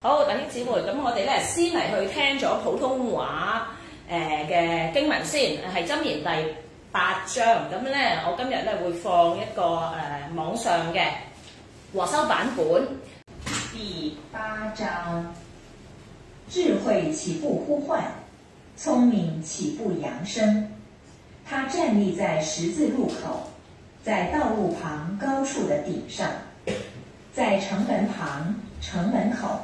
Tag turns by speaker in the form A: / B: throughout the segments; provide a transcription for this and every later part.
A: 好，弟兄姊妹，咁我哋咧先嚟去聽咗普通話誒嘅、經文先，係箴言第八章。咁咧，我今日咧會放一個誒、呃、網上嘅和修版本。第
B: 八章，智慧岂不呼唤，聪明岂不扬声？他站立在十字路口，在道路旁高处的顶上，在城门旁、城门口、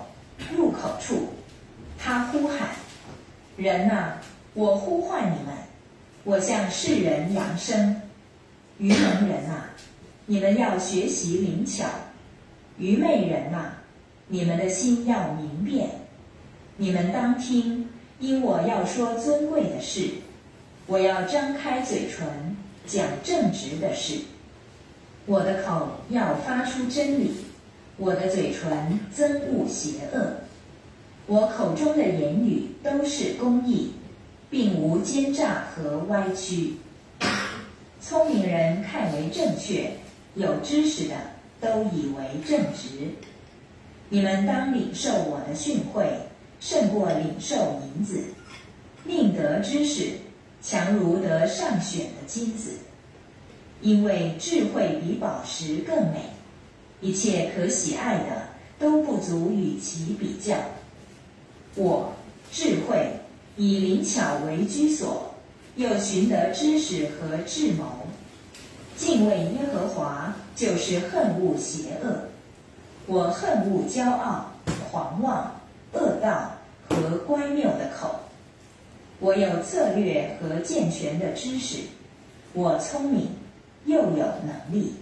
B: 入口处，他呼喊：“人呐、我呼唤你们，我向世人扬声。愚蒙人呐、你们要学习灵巧；愚昧人呐、你们的心要明辨，你们当听，因我要说尊贵的事，我要张开嘴唇讲正直的事，我的口要发出真理，我的嘴唇憎恶邪恶，我口中的言语都是公义，并无奸诈和歪曲。聪明人看为正确，有知识的都以为正直。你们当领受我的训诲，胜过领受银子；宁得知识，强如得上选的金子。因为智慧比宝石更美，一切可喜爱的都不足与其比较。我智慧以灵巧为居所，又寻得知识和智谋。敬畏耶和华，就是恨恶邪恶。我恨恶骄傲、狂妄、恶道和乖谬的口。我有策略和健全的知识，我聪明又有能力。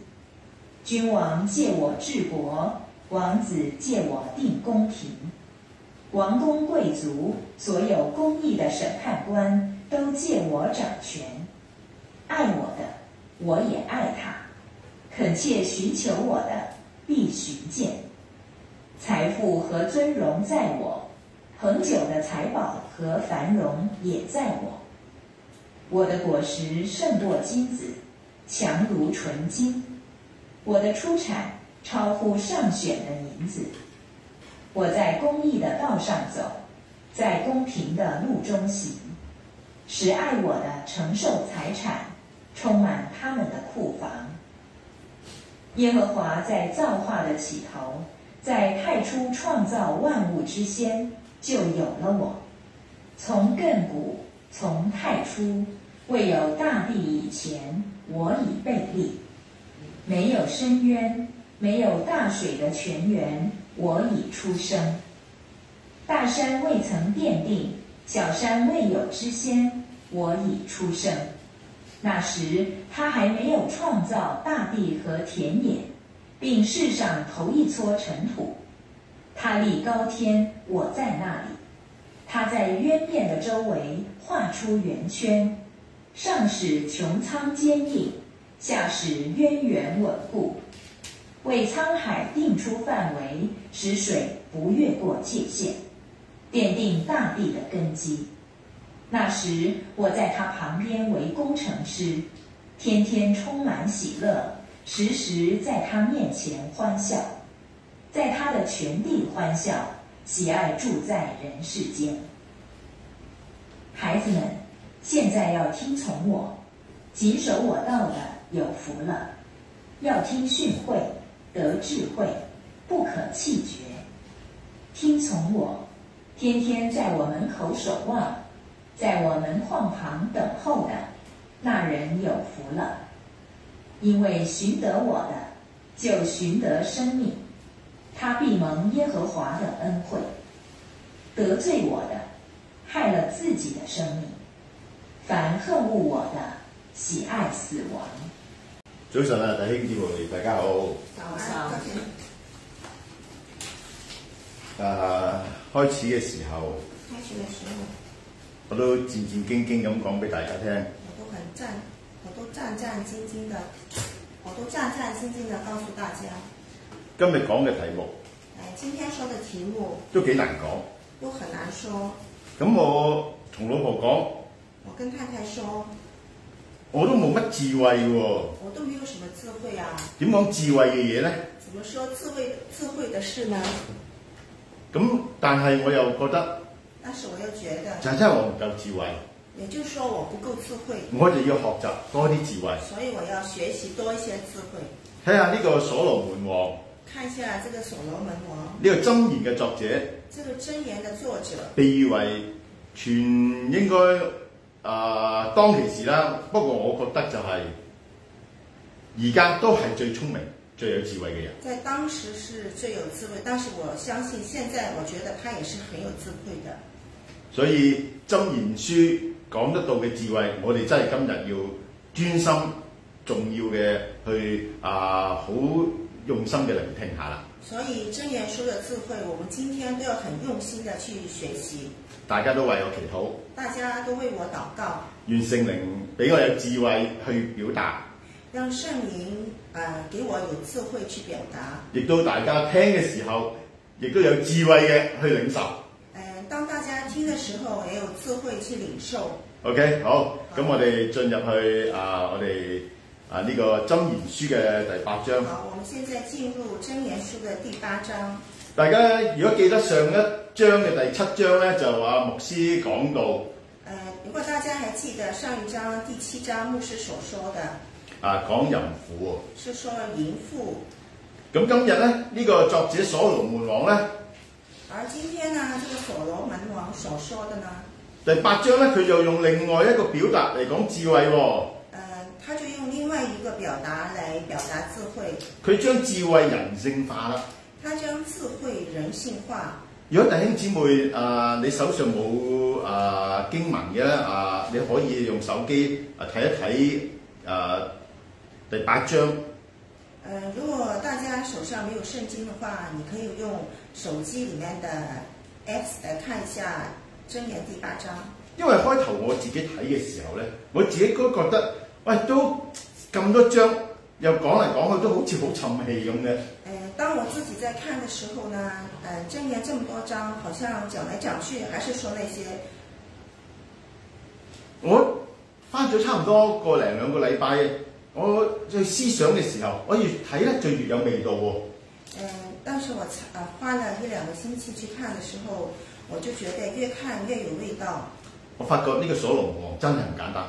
B: 君王借我治国，王子借我定公平。王公贵族，所有公义的审判官都借我掌权。爱我的，我也爱他；恳切寻求我的，必寻见。财富和尊荣在我，恒久的财宝和繁荣也在我。我的果实胜过金子，强如纯金；我的出产超乎上选的银子。我在公义的道上走，在公平的路中行，使爱我的承受财产，充满他们的库房。耶和华在造化的起头，在太初创造万物之先就有了我。从亘古，从太初，未有大地以前，我已被立。没有深渊，没有大水的泉源，我已出生。大山未曾奠定，小山未有之先，我已出生。那时他还没有创造大地和田野，并世上头一撮尘土。他立高天，我在那里；他在渊面的周围画出圆圈，上使穹苍坚硬，下使渊源稳固，为沧海定出范围，使水不越过界限，奠定大地的根基。那时我在他旁边为工程师，天天充满喜乐，时时在他面前欢笑，在他的全地欢笑，喜爱住在人世间。孩子们，现在要听从我，谨守我道的有福了，要听训诲，得智慧，不可弃绝。听从我，天天在我门口守望。在我门框旁等候的，那人有福了，因为寻得我的，就寻得生命，他必蒙耶和华的恩惠。得罪我的，害了自己的生命；凡恨恶我的，喜爱死亡。
C: 早晨啊，弟兄姊妹，大家好。誒、開始嘅時候，
D: 开始嘅時候，
C: 我都戰戰兢兢咁講俾大家聽，
D: 我都很戰，我都戰戰兢兢的，我都戰戰兢兢的告訴大家，
C: 今日講嘅題目
D: 哎，今天說的題目
C: 都幾難講。
D: 都很難說。
C: 咁我同老婆講，
D: 我跟太太說，
C: 我都冇乜智慧喎、
D: 我都沒有什麼智慧啊，
C: 點講智慧嘅嘢咧？
D: 怎麼說智慧智慧的事呢？
C: 咁但係我又覺得
D: 但是我又觉得，
C: 就係真係我唔夠智慧，
D: 也就是说我不够智慧，
C: 我哋要學習多啲智慧。
D: 所以我要学习多一些智慧。
C: 睇下呢個所羅門王
D: 看一下这个所罗门王，
C: 呢、個箴言嘅作者，
D: 这个箴言的作者，
C: 被譽為全應該啊、當其時啦。不過我覺得就係而家都係最聰明、最有智慧嘅人。
D: 在当时是最有智慧，但是我相信现在，我觉得他也是很有智慧的。
C: 所以箴言書講得到嘅智慧，我哋真係今日要專心、重要嘅去啊，好、用心嘅聆聽下啦。
D: 所以箴言书的智慧，我们今天都要很用心的去学习，
C: 大家都為我祈禱，
D: 大家都为我祷告，
C: 願聖靈俾我有智慧去表達，
D: 让圣灵呃给我有智慧去表达。
C: 亦都大家聽嘅時候，亦都有智慧嘅去領受。
D: 嗯、当大家听的时候也有智慧去领受。
C: OK，好，咁我哋進入去啊，我哋啊呢個箴言書嘅第八章。
D: 好，我们现在进入箴言书的第八章。
C: 大家如果記得上一章嘅第七章咧，就話牧師講到
D: 呃，如果大家还记得上一章第七章牧师所说的
C: 啊講淫婦
D: 是说淫妇，
C: 喎。咁今日咧，呢、個作者所羅門王咧，
D: 而今天呢，这个所罗门王所说的呢，
C: 第八章咧，佢就用另外一個表達嚟講智慧喎。
D: 呃，他就用另外一个表达来表达智慧，
C: 佢將智慧人性化啦。
D: 他将智慧人性化。
C: 如果弟兄姊妹啊、你手上冇啊、經文嘅咧啊，你可以用手機啊睇一睇啊第八章。
D: 呃，如果大家手上没有圣经的话，你可以用手机里面的 apps 来看一下箴言第八章。
C: 因為開頭我自己睇嘅時候咧，我自己都覺得，喂，都咁多章，又講嚟講去都好似好沉氣咁嘅。
D: 呃，当我自己在看的时候呢，呃，箴言这么多章，好像讲来讲去还是说那些。
C: 我翻咗差唔多個零兩個禮拜，我去思想嘅時候，我越睇咧就越有味道喎。
D: 嗯，但是我才呃花了一两个星期去看的时候，我就觉得越看越有味道。
C: 我發覺呢個所羅門王真係唔簡單。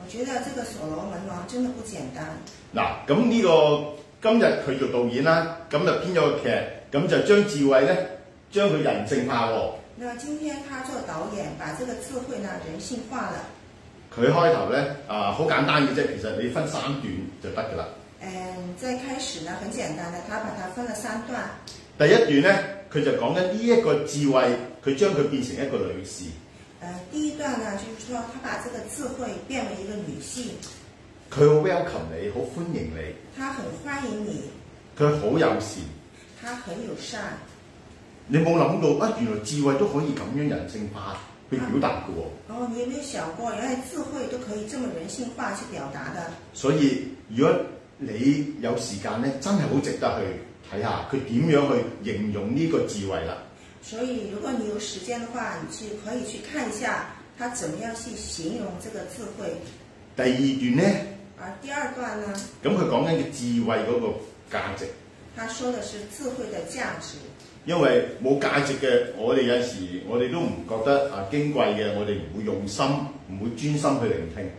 D: 我觉得这个所罗门王真的不简单。
C: 嗱，咁呢、個今日佢做導演啦，咁就編咗個劇，咁就將智慧咧，將佢人性化喎。
D: 那今天他做导演，把这个智慧呢人性化了。
C: 佢開頭咧啊，好、簡單嘅啫，其實你分三段就得㗎啦。
D: 嗯，在开始呢很简单的，他把它分了三段。
C: 第一段咧，佢就講緊呢一個智慧，佢將佢變成一個女士。
D: 呃，第一段呢就是说他把这个智慧变为一个女性，
C: 佢好 welcome 你，好歡迎你，
D: 她很欢迎你，
C: 佢好友善。
D: 她很友善。
C: 你冇諗到啊，原來智慧都可以咁樣人性化去表達嘅喎。
D: 然后你有没有想过，原来智慧都可以这么人性化去表达的？
C: 所以如果你有時間咧，真係好值得去睇下佢點樣去形容呢個智慧啦。
D: 所以，如果你有时间的话，你去可以去看一下他怎么样去形容这个智慧。
C: 第二段咧，
D: 而第二段呢，
C: 咁佢講緊嘅智慧嗰個價值，
D: 他说的是智慧的价值。
C: 因為冇價值嘅，我哋有時我哋都唔覺得啊矜貴嘅，我哋唔會用心，唔會專心去聆聽。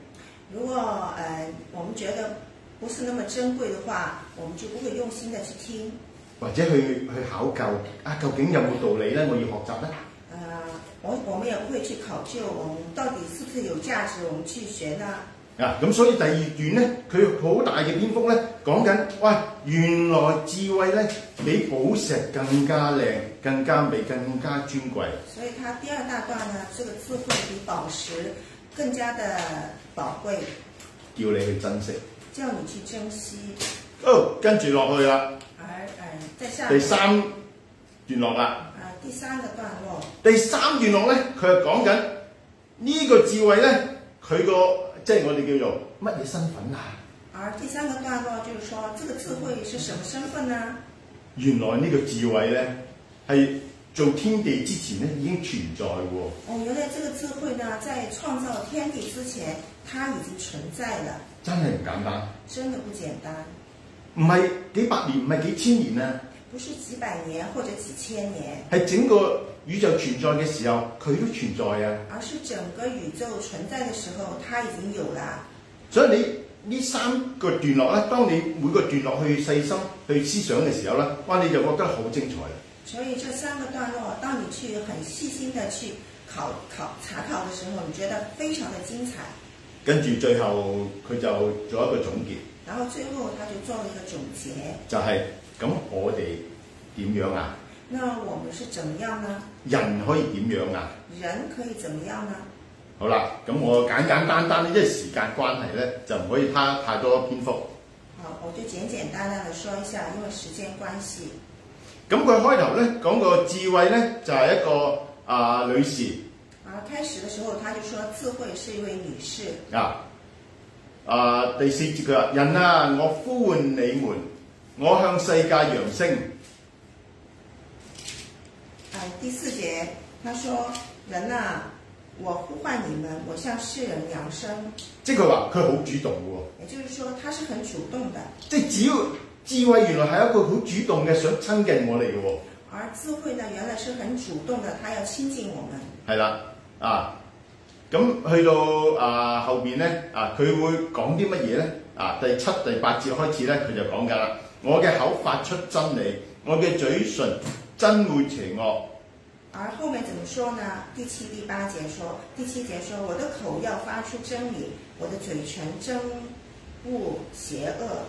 D: 如果呃我们觉得不是那么珍贵的话，我们就不会用心的去听。
C: 或者去去考究啊，究竟有冇道理咧？我要學習咧。
D: 呃，我我们也不会去考究我们到底是不是有价值，我们去学呢。
C: 啊，咁所以第二段咧，佢好大嘅篇幅咧，講緊，喂，原來智慧咧比寶石更加靚、更加美、更加尊貴。
D: 所以它第二大段呢，这个智慧比宝石更加的宝贵，
C: 叫你去珍惜。
D: 叫你去珍惜。
C: 哦，跟住落去啦，
D: 而呃，在下
C: 第
D: 面
C: 三段落啦。
D: 啊，第三个段落，
C: 第三段落咧，佢係講緊呢個智慧咧，佢個即係我哋叫做乜嘢身份啊？
D: 而第三个段落就是说，这个智慧是什么身份呢？
C: 原來呢個智慧咧係做天地之前咧已經存在喎。
D: 我觉得这个智慧呢，在创造天地之前，它已经存在了，
C: 真係唔簡單，
D: 真的不简单。
C: 唔係幾百年，唔係幾千年啊，
D: 不是几百年或者几千年，
C: 係整個宇宙存在嘅時候，佢都存在啊！
D: 而是整个宇宙存在的时候，它已经有了。
C: 所以你呢三個段落咧，當你每個段落去細心去思想嘅時候咧，哇！你就覺得好精彩啦！
D: 所以这三个段落，当你去很细心的去考考查考的时候，你觉得非常的精彩。
C: 跟住最後佢就做一個總結，
D: 然后最后他就做了一个总结。
C: 就係、咁我哋點樣啊？
D: 那我们是怎么样呢？
C: 人可以點樣啊？
D: 人可以怎么样呢？
C: 好啦，咁我簡簡單單咧，因為時間關係咧，就唔可以花太多篇幅。
D: 好，啊我就简简单单的说一下，因为时间关系。
C: 咁佢開頭咧講個智慧咧，就係、一個啊、女士
D: 啊，开始的时候他就说智慧是一位女士，
C: 啊啊第四節佢話：人啊，我呼喚你們，我向世界揚聲。
D: 啊，第四节他说人呐、我呼唤你们，我向世人扬声，
C: 即係佢話佢好主動嘅
D: 也就是说他是很主动的，
C: 喎，即係只要智慧原來係一個好主動嘅想親近我哋嘅喎。
D: 而智慧呢原来是很主動的，他要亲近我们。
C: 係啦，啊，咁去到啊後面咧，啊佢會講啲乜嘢咧？啊，第七、第八節開始咧，佢就講㗎啦。我嘅口發出真理，我嘅嘴唇真會邪惡。
D: 而后面怎么说呢？第七、第八节说，第七节说，我的口要发出真理，我的嘴唇憎恶邪恶。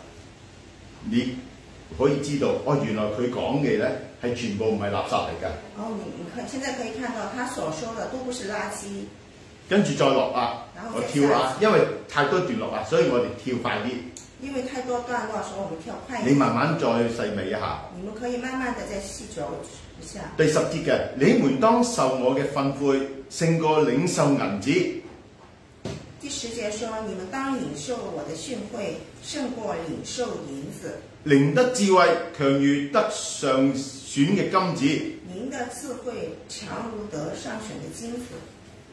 C: 你可以知道，哦，原來佢講嘅咧係全部唔係垃圾嚟㗎。
D: 然后你你看，现在可以看到他所说的都不是垃圾。
C: 跟住再落啊，我跳啊，因為太多段落啊，所以我哋跳快啲。
D: 因为太多段落，所以我们跳快一
C: 你
D: 点。
C: 慢慢再細味一下。
D: 你们可以慢慢的再细嚼一下。
C: 第十節嘅，你們當受我嘅訓誨，勝過領受銀子。
D: 第十节说，你们当领受我的训诲，胜过领受银子。
C: 靈得智慧強如得上選嘅金子，
D: 您的智慧强如得上选的金子，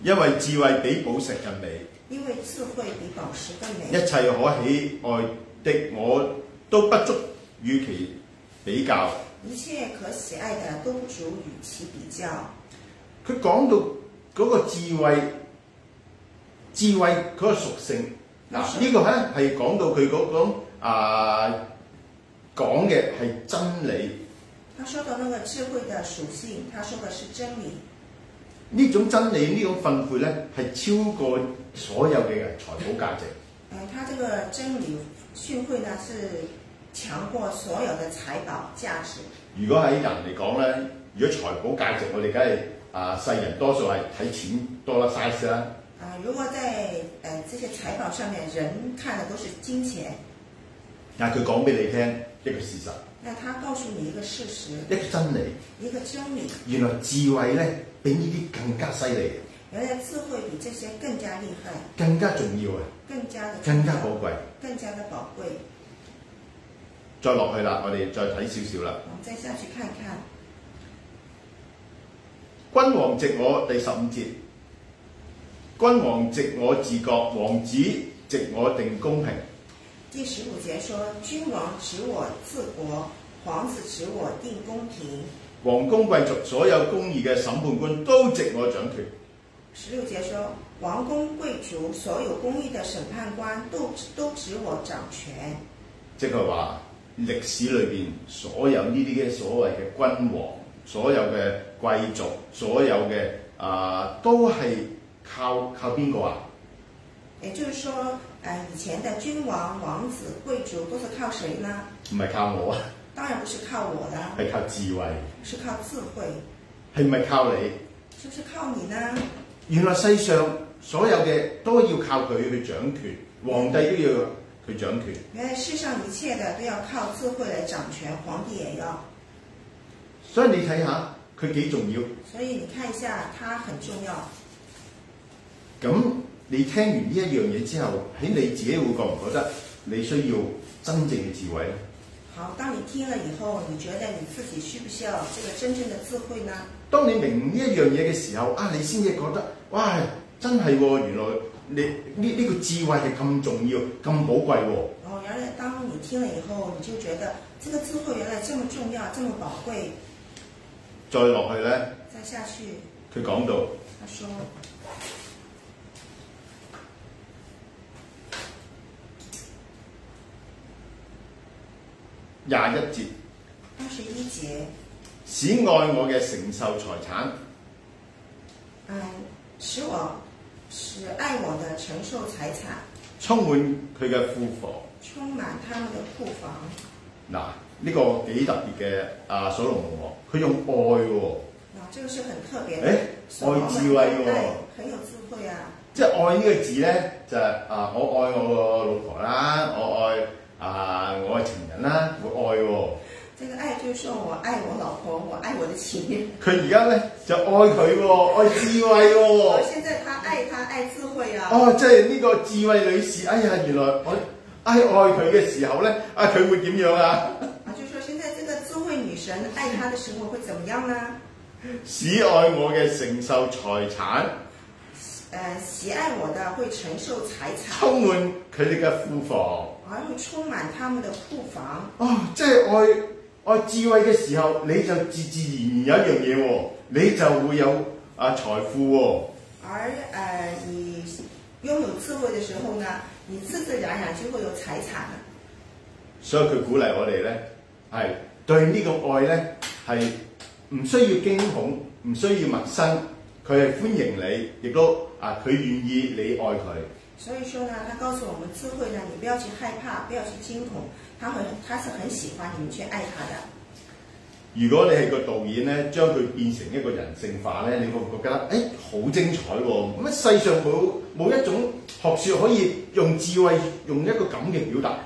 C: 因為智慧比寶石更美。
D: 因为智慧比宝石更美。
C: 一切可喜愛的我都不足與其比較。
D: 一切可喜爱的都不足与其比较。
C: 佢講到嗰個智慧，智慧嗰個屬性，嗱、
D: 屬
C: 呢個咧係講到佢嗰種啊講嘅係真理，
D: 他说的那个智慧的属性，他说的是真理。
C: 呢種真理呢種訓誨咧係超過所有嘅財寶價值。
D: 嗯，他这个真理训诲呢是强过所有的财宝价值。
C: 如果喺人嚟講咧，如果財寶價值，我哋梗係啊世人多數係睇錢多啦 size 啦。
D: 啊、如果在呃这些财宝上面，人看的都是金钱，
C: 但係佢講俾你聽一個事實，
D: 那他告诉你一个事实，
C: 一個真理，
D: 一个真理。
C: 原來智慧咧比呢啲更加犀利，
D: 原来智慧比这些更加厉害，
C: 更加重要啊，
D: 更加的
C: 更加寶貴。
D: 更加的宝贵。
C: 再落去啦，我哋再睇少少啦。
D: 我们再下去看看。
C: 君王藉我第十五節，君王藉我治國，王子藉我定公平。
D: 第十五节说：“君王指我治国，皇子指我定公平。
C: 王公貴族所有公義嘅審判官都藉我掌權。”
D: 十六节说：“王公贵族所有公义的审判官都都指我掌权。
C: 即係話歷史裏邊所有呢啲嘅所謂嘅君王、所有嘅貴族、所有嘅啊、都係靠靠邊個啊？”
D: 也就是说，呃，以前的君王、王子、贵族都是靠谁呢？
C: 唔係靠我啊，
D: 当然不是靠我了，
C: 係靠智慧，
D: 是靠智慧，
C: 係咪靠你？
D: 是不是靠你呢？
C: 原來世上所有嘅都要靠佢去掌權，皇帝都要佢掌權，
D: 原来世上一切的都要靠智慧来掌权，皇帝也要。
C: 所以你睇下佢幾重要。
D: 所以你看一下，它很重要。
C: 咁你聽完呢一樣嘢之後，喺你自己會覺唔覺得你需要真正嘅智慧咧？
D: 好，当你听了以后，你觉得你自己需不需要这个真正的智慧呢？
C: 當你明呢一樣嘢嘅時候，啊，你先至覺得，哇！真係喎、原來你呢呢、個智慧係咁重要、咁寶貴喎、
D: 哦，原来当你听了以后，你就觉得这个智慧原来这么重要，这么宝贵。
C: 再落去咧，
D: 再下去，
C: 佢講到
D: 他说，
C: 廿一節，
D: 二十一节，
C: 使愛我嘅承受財產，
D: 嗯，使我使爱我的承受财产，
C: 充滿佢嘅庫房。
D: 充满他们的库房。
C: 嗱，呢、個幾特別嘅啊，所羅門王，佢用愛喎、
D: 啊，这个是很特别
C: 誒
D: 的，所罗
C: 愛
D: 门
C: 智慧
D: 很
C: 喎、
D: 爱很有智慧啊。
C: 即係愛呢個字咧，就係、啊，我愛我個老婆啦，我愛啊我嘅情人啦，會愛喎、
D: 这个爱就是说我爱我老婆，我爱我的情人。
C: 佢而家咧就愛佢喎、愛智慧喎、
D: 哦，现在他爱他爱智慧啊。
C: 哦，即係呢個智慧女士，哎呀，原來我哎愛佢嘅時候咧，啊佢會點樣啊？
D: 啊，就说现在这个智慧女神爱他的时候会怎么样呢？
C: 使愛我嘅承受財產，
D: 呃，喜爱我的会承受财产，
C: 充滿佢哋嘅庫房。
D: 而会充满他们的库房。
C: 哦，即係愛愛智慧嘅時候，你就自自然然有一樣嘢喎，你就會有啊財富喎、
D: 而呃，你拥有智慧的时候呢，你自自然然就会有财产了。
C: 所以佢鼓勵我哋咧，係對呢個愛咧係唔需要驚恐，唔需要陌生，佢係歡迎你，亦都啊佢願意你愛佢。
D: 所以说呢，他告诉我们智慧呢，你不要去害怕，不要去惊恐，他很他是很喜欢你们去爱他的。
C: 如果你係個導演咧，將佢變成一個人性化咧，你會唔會覺得誒好精彩喎、乜世上冇冇一種學説可以用智慧用一個咁嘅表達？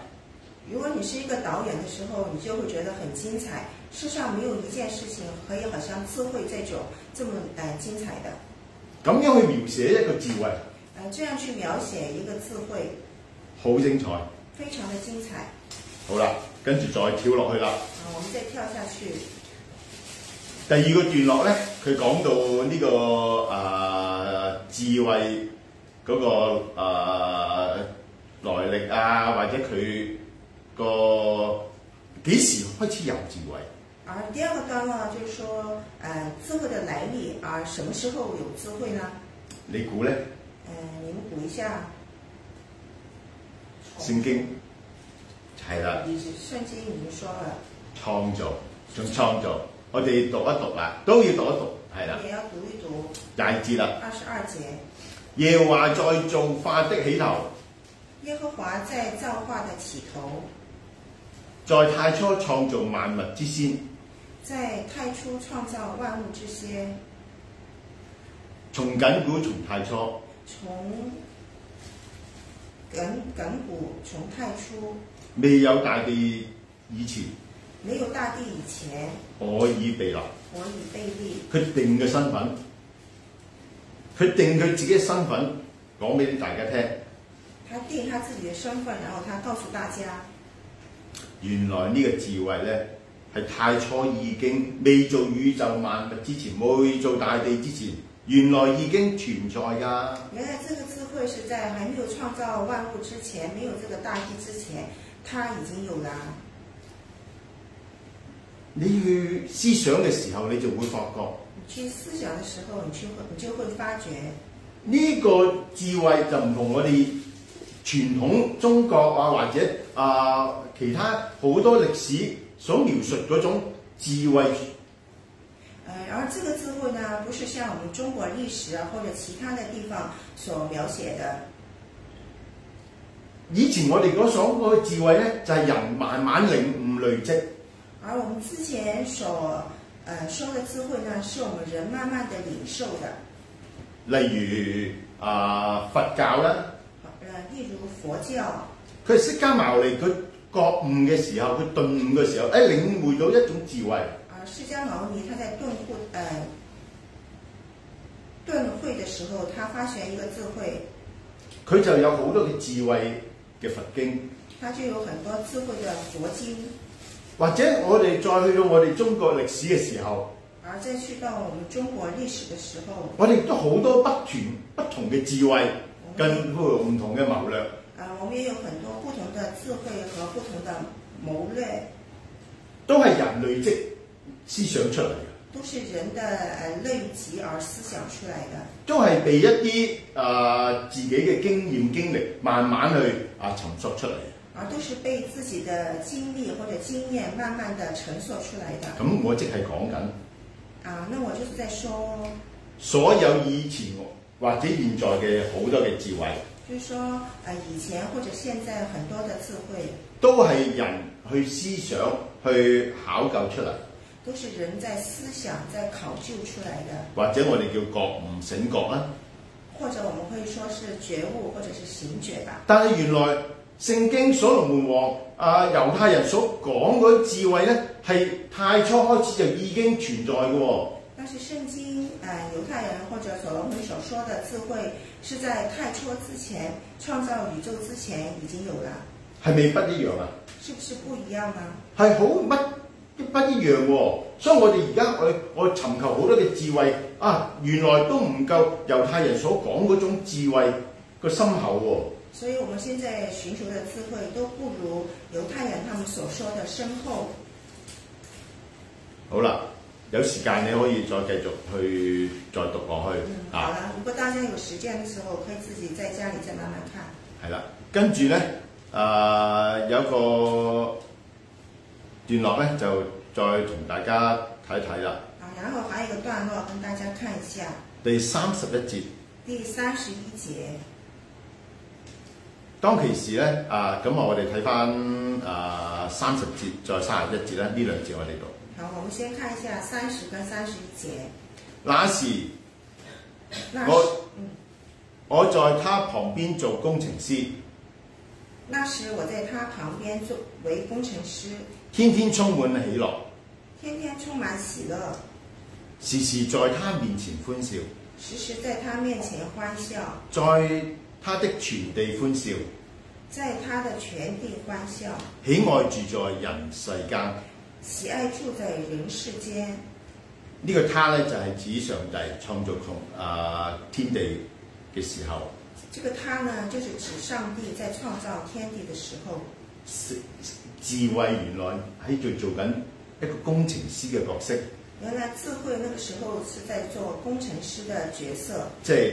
D: 如果你是一个导演的时候，你就会觉得很精彩。世上没有一件事情可以好像智慧这种这么呃精彩的，
C: 咁樣去描寫一個智慧，
D: 呃这样去描写一个智慧，
C: 好精彩。
D: 非常的精彩。
C: 好啦，跟住再跳落去啦。
D: 啊、我们再跳下去，
C: 第二個段落咧，佢講到呢、個啊、智慧嗰、個啊、來歷啊，或者佢個幾時開始有智慧？
D: 而第二个段落就是说呃智慧的来历，而什么时候有智慧呢？
C: 你估咧？
D: 呃，你们补一下
C: 聖經係啦，
D: 哦圣经已经说了，
C: 創造仲創造，我哋讀一讀啦，都要讀一讀，係啦，
D: 也要读一读
C: 廿二節啦。
D: 二十二节。
C: 耶和華在造化的起頭，
D: 耶和华在造化的起头，
C: 在太初創造萬物之先，
D: 在太初创造万物之先。
C: 從緊古從太初。
D: 从亘亘古从太初，
C: 未有大地以前，
D: 没有大地以前，
C: 我已被立。
D: 我已被立。
C: 佢定嘅身份，佢定佢自己嘅身份，講俾大家聽。
D: 他定他自己的身份，然后他告诉大家，
C: 原來呢個智慧咧，係太初已經未做宇宙萬物之前，未做大地之前，原來已經存在㗎。
D: 原来这个智慧是在还没有创造万物之前，没有这个大地之前，他已经有了。
C: 你去思想嘅時候，你就會發覺
D: 你去思想的时候，你去会你就会发觉，
C: 呢、個智慧就唔同我哋傳統中國啊，或者啊其他好多歷史所描述嗰種智慧。
D: 呃，而这个智慧呢，不是像我们中国历史啊或者其他的地方所描写的，
C: 以前我哋嗰所嗰個智慧咧，就係、人慢慢領悟累積。
D: 而我们之前所呃说的智慧呢，是我们人慢慢的领受的，
C: 例如啊、佛教啦，
D: 呃，例如佛教，
C: 佢釋迦牟尼佢覺悟嘅時候，佢頓悟嘅時候，誒、領會到一種智慧。
D: 啊，释迦牟尼他在顿悟呃顿会的时候，他发现一个智慧，
C: 佢就有好多嘅智慧嘅佛經，
D: 他就有很多智慧的佛经，
C: 或者我哋再去到我哋中國歷史嘅時候，
D: 而而再去到我们中国历史的时候，
C: 我哋都好多不斷不同嘅智慧，跟唔同嘅謀略。
D: 啊，我们也有很多不同的智慧和不同的谋略，
C: 都係人累積思想出嚟嘅，
D: 都是人的呃累积而思想出来的，
C: 都係被一啲啊、自己嘅經驗經歷慢慢去啊尋索出嚟。
D: 而都是被自己的经历或者经验慢慢的陈述出来的。
C: 咁我即係講緊
D: 啊，那我就是在说，
C: 所有以前或者現在嘅好多嘅智慧，
D: 就是说，呃，以前或者现在很多的智慧，
C: 都係人去思想去考究出嚟，
D: 都是人在思想在考究出来的，
C: 或者我哋叫覺悟醒覺啦。
D: 或者我们会说是觉悟或者是醒觉吧。
C: 但係原來聖經所羅門王啊猶太人所講嗰啲智慧咧，係太初開始就已經存在嘅喎、
D: 但是圣经，呃，犹太人或者所罗门所说的智慧，是在太初之前创造宇宙之前已经有了，
C: 係咪不一樣啊？
D: 是不是不一样呢？
C: 係好乜不一樣喎、所以我哋而家我我尋求好多嘅智慧啊，原來都唔夠猶太人所講嗰種智慧個深厚
D: 所以我们現在尋求的智慧都不如猶太人他們所說的深厚。
C: 喎、好啦，有時間你可以再繼續去再讀落去
D: 嗯好
C: 啊，
D: 了，如果大家有時間的時候，可以自己在家裡再慢慢看。
C: 係啦。跟住咧，啊有一個段落咧，就再同大家睇睇啦。
D: 啊，然後還有一個段落跟大家看一下，
C: 第三十一節。
D: 第三十一節。
C: 當其時咧，啊咁啊，我哋睇翻啊三十節再三十一節咧，呢兩節我哋讀。
D: 好，我們先看一下三十跟三十一節。
C: 那時
D: 那時
C: 我，
D: 嗯，
C: 我在他旁邊做工程師，
D: 那時我在他旁邊做為工程師，
C: 天天充滿喜樂，
D: 天天充滿喜樂，
C: 時時在他面前歡笑，
D: 時時在他面前歡笑，
C: 在他的全地歡笑，
D: 在他的全地歡笑，
C: 喜愛住在人世間。
D: 喜愛住在人世間。
C: 呢、個他咧就係、指上帝創造同啊天地嘅時候，
D: 这个他呢，就是指上帝在創造天地的時候，
C: 智智慧原來喺度做緊一個工程師嘅角色。
D: 原來智慧那個時候是在做工程師的角色，
C: 即係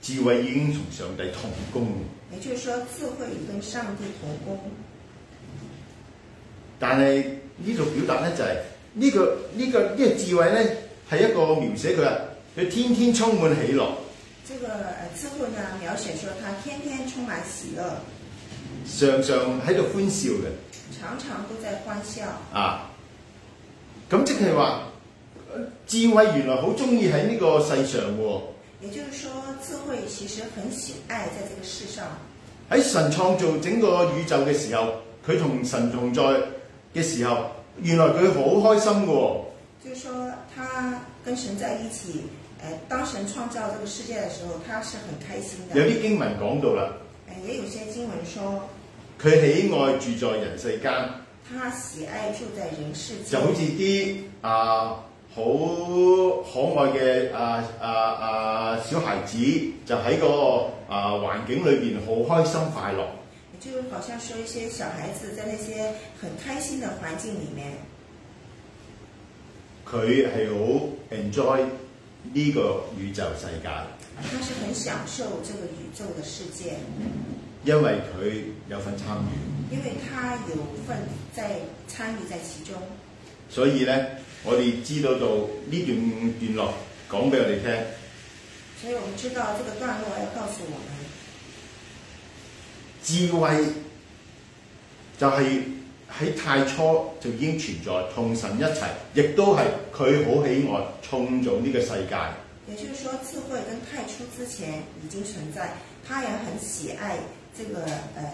C: 智慧已經同上帝同工，
D: 也就是說，智慧跟上帝同工。
C: 但係呢度表達咧就係、呢、個呢、個呢、個智慧咧係一個描寫佢啊，佢天天充滿喜樂，
D: 這個呃智慧呢，描寫說他天天充滿喜樂，
C: 常常喺度歡笑嘅
D: 常常都在歡笑。
C: 啊！咁即係話呃智慧原來好中意喺呢個世上喎，
D: 也就是說，智慧其實很喜愛在這個世上。
C: 喺神創造整個宇宙嘅時候，佢同神同在嘅時候，原來佢好開心嘅喎。
D: 就是說，他跟神在一起，呃，當神創造這個世界的時候，他是很開心
C: 有
D: 的。
C: 啲經文講到啦，
D: 呃，也有些經文說，
C: 佢喜愛住在人世間。
D: 他喜愛住在人世
C: 就
D: 間
C: 好，似啲啊好可愛嘅啊啊啊小孩子，就喺個啊環境裏邊好開心快樂。
D: 也就是好像說一些小孩子在那些很開心的環境裡面，
C: 佢係好 enjoy 呢個宇宙世界，
D: 他是很享受這個宇宙的世界，
C: 因為佢有份參與。
D: 因為他有份在參與在其中。
C: 所以咧，我哋知道到呢段段落講俾我哋聽，
D: 所以我們知道這個段落要告訴我們，
C: 智慧就係喺太初就已經存在，同神一齊，亦都係佢好喜愛創造呢個世界。
D: 也就是說，智慧跟太初之前已經存在，他也很喜愛這個嗯、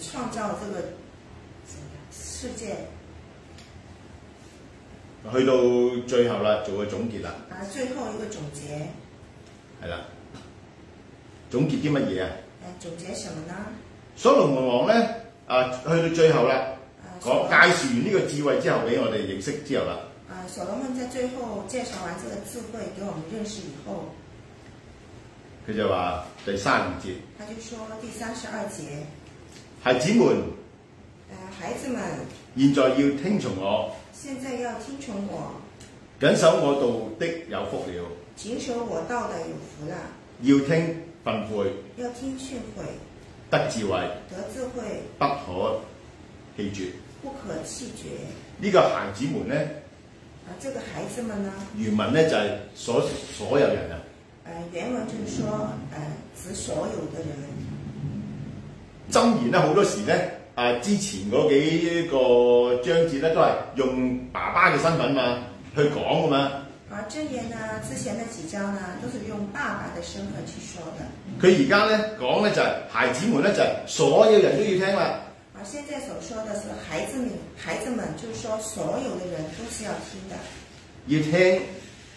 D: 創造這個世界。
C: 去到最後啦，做個總結啦，
D: 啊，最後一個總結，
C: 係啦，總結啲乜嘢啊？
D: 呃，總結什麼呢？
C: 所羅門王咧啊，去到最後啦，
D: 啊，
C: 講介紹完呢個智慧之後，俾我哋認識之後啦，
D: 啊，所罗门在最后介绍完这个智慧给我们认识以后，
C: 佢就話第三十二節，
D: 他就说第三十二节，
C: 孩子們，
D: 呃，孩子们
C: 現在要聽從我，
D: 现在要听从我，
C: 謹守我道的有福了，
D: 谨守我道的有福了，
C: 要聽訓誨，
D: 要听训诲，
C: 得智慧，
D: 得智慧，
C: 不可棄絕。
D: 不可弃绝。
C: 呢、個孩子們咧，
D: 啊，这个孩子们呢，
C: 原文咧就係、所所有人啊，
D: 呃，原文就是说，呃，指所有的人。
C: 箴言咧好多時咧。啊！之前嗰幾個章節咧，都係用爸爸嘅身份嘛去講噶嘛。
D: 而箴言呢，之前的几章呢，都是用爸爸的身份去说的，
C: 佢而家咧講咧就係、孩子們咧就係、所有人都要聽啦。
D: 而啊现在所说的是孩子们，孩子们就是说所有的人都是要听的，
C: 要聽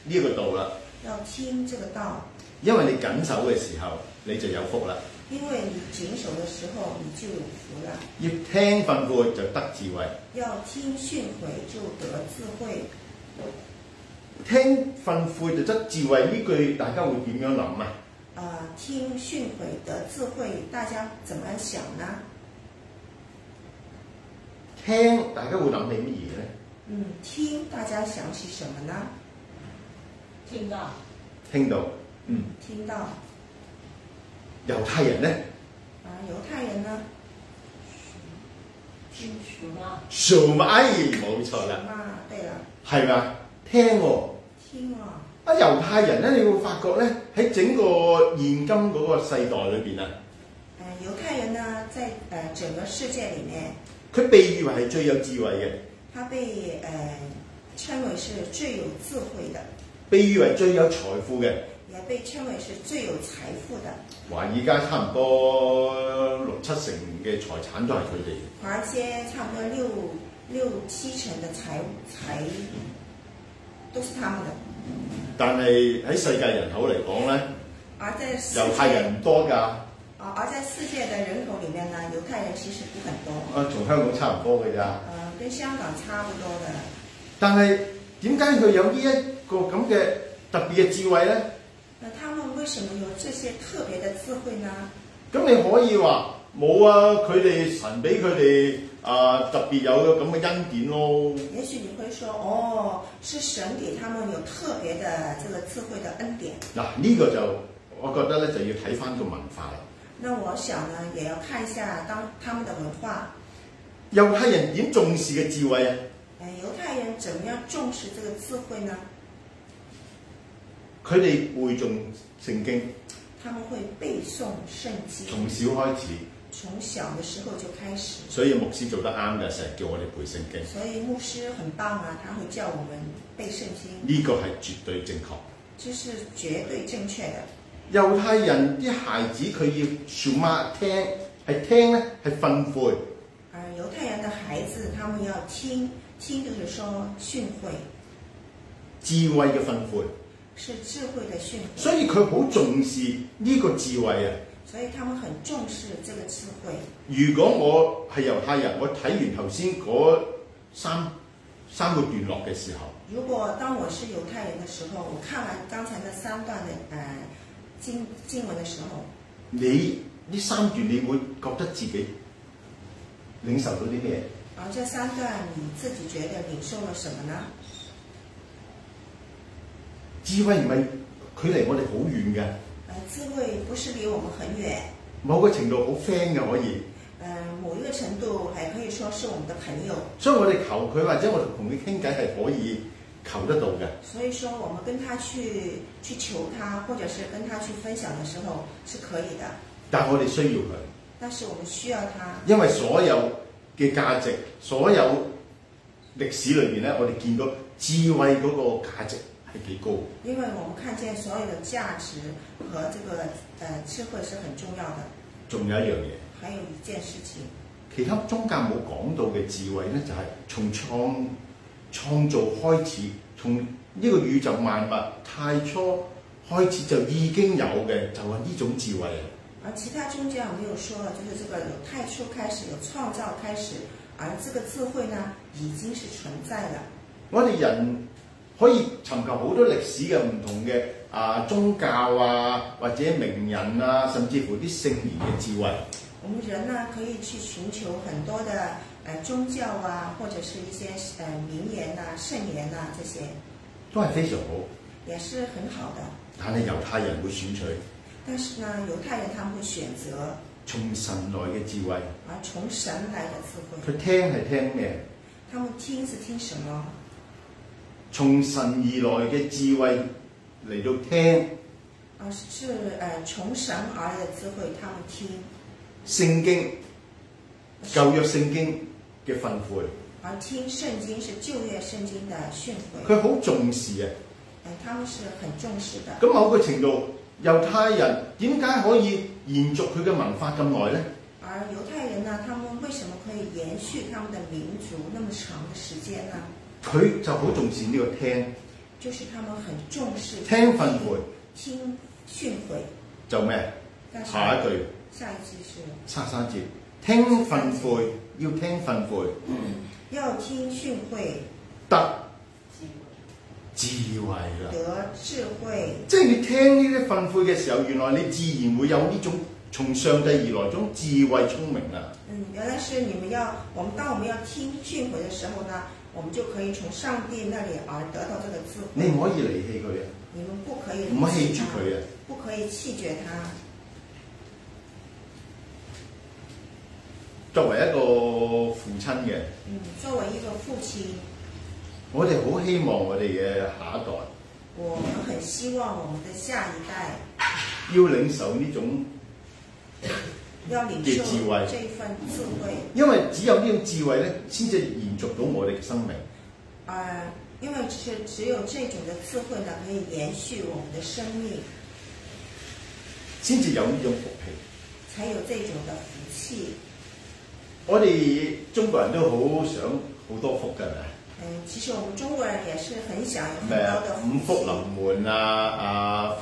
C: 呢個道啦，
D: 要听这个道，
C: 因為你緊守嘅時候，你就有福啦。
D: 因为你谨守的时候，你就有福了。
C: 要聽訓誨就得智慧，
D: 要听训诲就得智慧，
C: 聽訓誨就得智慧。呢句大家會點樣諗啊？
D: 呃，听训诲得智慧，大家怎么想呢？
C: 聽大家會諗起乜嘢咧？
D: 嗯，听大家想起什么呢？
A: 聽到
C: 聽到，嗯，
D: 听到，啊、
C: 猶太人咧
D: 犹太人呢，
A: 聽說啦，
C: s h 冇錯啦，
D: 啊，对了，
C: 係嘛？聽喎、
D: 听啊、
C: 啊猶太人咧，你會發覺咧喺整個現今嗰個世代裏邊啊，
D: 呃，犹太人呢，在呃整個世界里面，
C: 佢被譽為係最有智慧嘅，
D: 他被呃稱為是最有智慧的，
C: 被譽為最有財富嘅。
D: 也被稱為是最有財富的。
C: 華爾街差唔多六七成嘅財產都係佢哋，
D: 華爾街差不多六六七成的財財都是他們的，
C: 但係喺世界人口嚟講咧，
D: 而在世
C: 猶太
D: 界
C: 人唔多㗎，
D: 啊，而在世界的人口里面呢，猶太人其實不很多，
C: 啊，同香港差唔多㗎咋。
D: 呃，跟香港差不多的。
C: 但係點解佢有呢一個咁嘅特別嘅智慧咧？
D: 那他們為什麼有這些特別的智慧呢？
C: 咁你可以話冇啊，佢哋神俾佢哋啊特別有咁嘅恩典咯。
D: 也許你會說，哦，是神給他們有特別的這個智慧的恩典。
C: 嗱，呢個就我覺得咧就要睇翻個文化啦。
D: 那我想呢，也要看一下當他們的文化，
C: 猶太人點重視嘅智慧啊？
D: 呃，猶太人怎麼樣重視這個智慧呢？
C: 佢哋背誦聖經，
D: 他們會背誦聖經，
C: 從小開始。
D: 從小的時候就開始。
C: 所以牧師做得啱嘅，成日叫我哋背聖經，
D: 所以牧師很棒啊，他會叫我們背聖經，
C: 呢、個係絕對正確。
D: 這是絕對正確的。
C: 猶太人啲孩子佢要 s h m 聽，係聽咧係訓誨，
D: 而猶太人的孩子，他們要聽，聽就是說訓誨，
C: 智慧嘅訓誨，
D: 是智慧的訓誨，
C: 所以佢好重視呢個智慧啊！
D: 所以他們很重視這個智慧。
C: 如果我係猶太人，我睇完頭先嗰三三個段落嘅時候，
D: 如果當我是猶太人的時候，我看完剛才那三段的呃經經文的時候，
C: 你呢三段你會覺得自己領受到啲咩？
D: 啊，這三段你自己覺得領受了什麼呢？
C: 智慧唔係距離我哋好遠嘅，
D: 呃，智慧不是離我們很遠，
C: 某個程度好 friend 嘅可以。
D: 呃，某一個程度還可以說是我們的朋友，
C: 所以我哋求佢或者我同佢傾偈係可以求得到嘅。
D: 所以說我們跟他去去求他，或者是跟他去分享的時候是可以的，
C: 但係我哋需要佢，
D: 但是我們需要他，
C: 因為所有嘅價值、所有歷史裏邊咧，我哋見到智慧嗰個價值係幾高。
D: 因為我們看見所有的價值和這個呃智慧是很重要的。
C: 仲有一樣嘢，
D: 還有一件事情。
C: 其他宗教冇講到嘅智慧咧，就係、從創創造開始，從呢個宇宙萬物太初開始就已經有嘅，就係呢種智慧啊！
D: 而其他宗教没有说了，就是这个有太初开始，有创造开始，而这个智慧呢，已经是存在了。
C: 我哋人可以尋求好多歷史嘅唔同嘅啊宗教啊，或者名人啊，甚至乎啲聖賢嘅智慧。
D: 我们人呢，可以去寻求很多的呃宗教啊，或者是一些呃名言呐、圣言呐、这些，
C: 都係非常好，
D: 也是很好的。
C: 但係猶太人會選取
D: 但是呢，猶太人他们会選擇
C: 從神來嘅智慧，
D: 啊從神來的智慧，
C: 佢聽係聽咩？
D: 他们聽是聽什麼？
C: 從神而來嘅智慧嚟到聽
D: 啊是呃從神而來的智慧，他们聽，
C: 聖經舊約聖經嘅訓誨，
D: 而聽聖經是舊約聖經的訓誨，
C: 佢好重視嘅。
D: 嗯，他們是很重視的。
C: 咁某個程度，猶太人點解可以延續佢嘅文化咁耐呢？
D: 而猶太人呢，他們為什麼可以延續他們的民族那麼長的時間呢？
C: 佢就好重視呢個聽，
D: 就是他們很重視
C: 聽訓誨
D: 聽訓誨。
C: 就咩？
D: 但是
C: 下一句
D: 下一句是
C: 沙三節，聽訓誨要聽訓誨，
D: 要聽訓誨，
C: 得智慧啦。
D: 得智慧。
C: 即係你聽呢啲訓誨嘅時候，原來你自然會有呢種從上帝而來種智慧聰明啊啦。
D: 嗯，原来是你们要我们当我们要听训诲的时候呢，我们就可以从上帝那里而得到这个智
C: 你
D: 慧。
C: 唔可以離棄佢啊，
D: 你们不可以
C: 唔可以棄
D: 离弃
C: 住
D: 它
C: 佢啊。
D: 不可以弃绝它。
C: 作為一個父親嘅，
D: 嗯，作为一个父亲，
C: 我哋好希望我哋嘅下一代
D: 我们很希望我们的下一代
C: 要領受呢種，
D: 要领
C: 的
D: 受
C: 智慧
D: 这一份智慧，
C: 因為只有呢種智慧咧，先至延續到我哋嘅生命。
D: 呃，因为是只有这种的智慧呢，可以延续我们的生命，
C: 先至有呢種福氣。
D: 才有这种的福气。
C: 我哋中國人都好想好多福㗎啦，
D: 嗯，其实我们中国人也是很想有很
C: 咩啊
D: 高的
C: 五福
D: 气
C: 臨門啊啊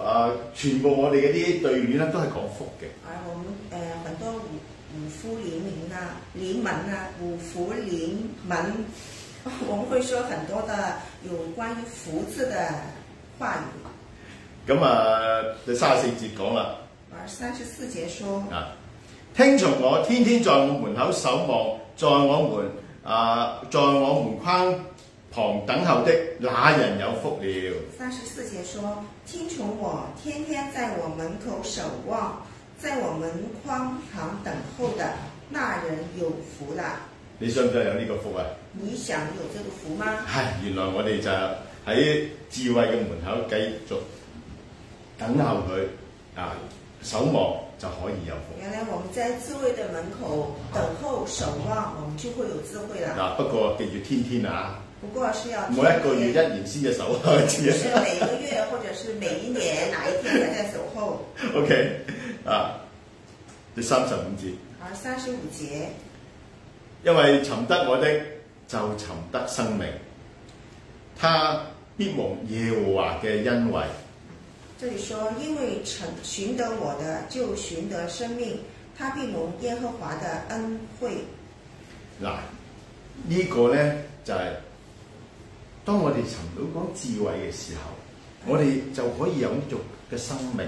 C: 啊！全部我哋嗰啲對聯咧都係講福嘅。
D: 而我们呃很多五五福临门呐、临门呐、啊五福临门， 我们会说很多的有关于福字的话语。
C: 咁啊，第三十四節講啦
D: 而三十四节说，
C: 啊，聽從我，天天在我門口守望，在我門啊，在我門框旁等候的那人有福了。
D: 三十四节说，听从我，天天在我门口守望，在我门框旁等候的那人有福了。
C: 你想唔想有呢個福啊？
D: 你想有这个福吗？
C: 係，原來我哋就喺智慧嘅門口繼續等候佢啊，守望就可以有福。
D: 原来我们在智慧的门口等候守望，我们就會有智慧了
C: 嗱、。不過記住天天啊，
D: 不过是要
C: 每一個月一年先至 守一次啊
D: 是。每个月或者是每一年哪一天才在守候。
C: OK À, 啊，第三十五節，
D: 而三十五节，
C: 因為尋得我的就尋得生命，他必蒙耶和華嘅恩惠。
D: 这里说，因为成寻得我的，就寻得生命，他必蒙耶和华的恩惠。
C: 嗱，呢個呢，就係、當我哋尋到講智慧嘅時候，我哋就可以有呢種嘅生命。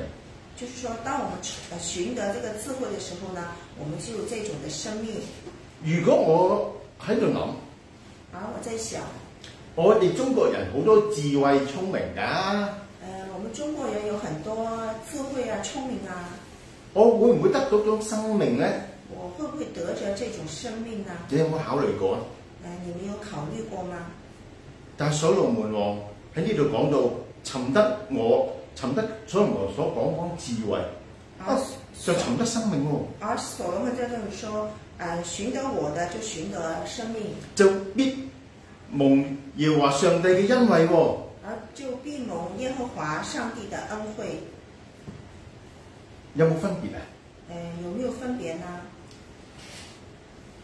D: 就是说，当我们呃寻得这个智慧的时候呢，我们就有这种的生命。
C: 如果我喺度諗，
D: 而我在想，
C: 我哋中國人好多智慧聰明㗎，
D: 呃，我们中国人有很多智慧啊、聪明啊，
C: 我會唔會得到種生命呢？
D: 我会不会得着这种生命呢？
C: 你有冇考慮過啊？
D: 呃，你们有考虑过吗？
C: 但係所羅門王喺呢度講到尋得我，尋得所羅門王所講講智慧，啊
D: 啊，
C: 就尋得生命喎，
D: 而所罗门在这里说，呃，寻得我的就寻得生命，
C: 就必蒙耶和華上帝嘅恩惠喎。
D: 而就必蒙耶和华上帝的恩惠。
C: 有冇分別啊？
D: 嗯、有没有分别呢？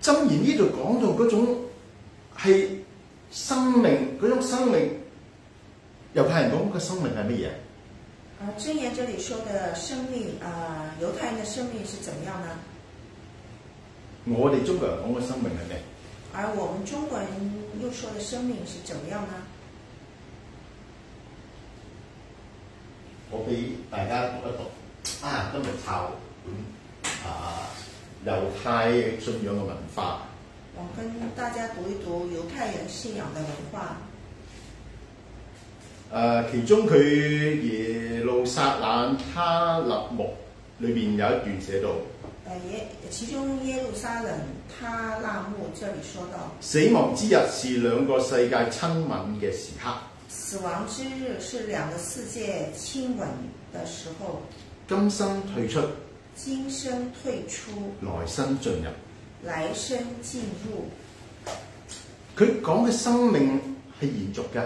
C: 箴言呢度講到嗰種係生命，嗰種生命，猶太人講嘅生命係乜嘢？
D: 而箴言这里说的生命啊、呃犹太人的生命是怎么样呢？
C: 我哋中國人講嘅生命係咩？
D: 而我们中国人又说的生命是怎么样呢？
C: 我俾大家讀一讀啊，今日抄本啊猶太嘅信仰嘅文化。
D: 我跟大家读一读犹太人信仰的文化。
C: 誒、啊其中佢耶路撒冷他勒木裏邊有一段寫到：
D: 呃，耶，其中耶路撒冷他那木这里说到，
C: 死亡之日是兩個世界親吻嘅時刻。
D: 死亡之日是两个世界亲吻的时候，
C: 今生退出，
D: 今生退出，
C: 來生進入。
D: 来生进入。
C: 佢講嘅生命係延續嘅，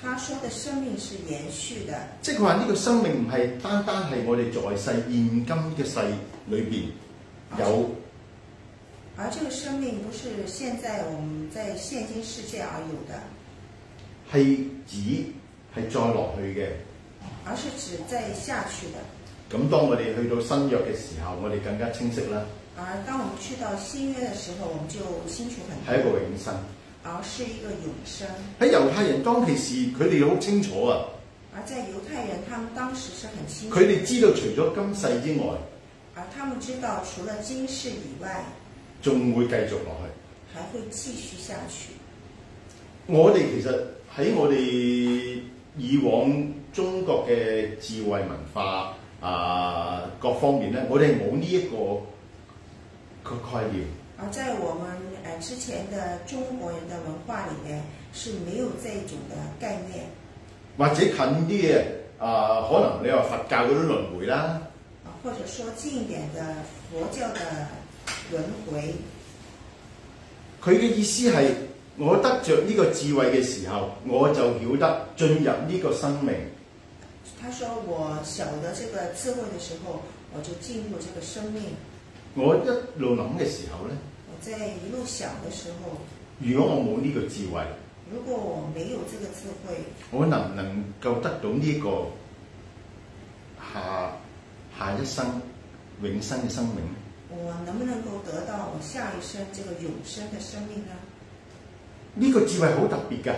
D: 他说的生命是延续的，
C: 即係佢話呢個生命唔係單單係我哋在世現今嘅世裏邊有
D: 而这个生命不是现在我们在现今世界而有的，
C: 係指係再落去嘅。
D: 而是指在下去的。
C: 咁當我哋去到新約嘅時候，我哋更加清晰啦，
D: 而当我们去到新约的时候，我们就清楚很
C: 係一
D: 多，
C: 個永生。
D: 而是一个永生。
C: 喺猶太人當其時，佢哋好清楚啊，
D: 而在犹太人，他们当时是很清楚
C: 佢，哋知道除咗今世之外，
D: 而他们知道除了今世以外，
C: 仲會繼續落去。
D: 还会继续下去。
C: 我哋其實喺我哋以往中國嘅智慧文化啊、各方面咧，我哋係冇呢一個個概念。
D: 而在我们呃之前的中国人的文化里面是没有这种的概念。
C: 或者近啲嘅啊，可能你話佛教嗰啲輪迴啦，
D: 啊，或者说近一点的佛教的轮回，
C: 佢嘅意思係我得着呢個智慧嘅時候，我就曉得進入呢個生命。
D: 他说我晓得这个智慧的时候，我就进入这个生命。
C: 我一路諗嘅時候咧，
D: 我在一路想的时候，
C: 如果我冇呢個智慧，
D: 如果我没有这个智慧，
C: 我能唔能夠得到呢、個下下一生永生嘅生命？
D: 我能不能够得到我下一生这个永生的生命呢？
C: 呢、個智慧好特別㗎，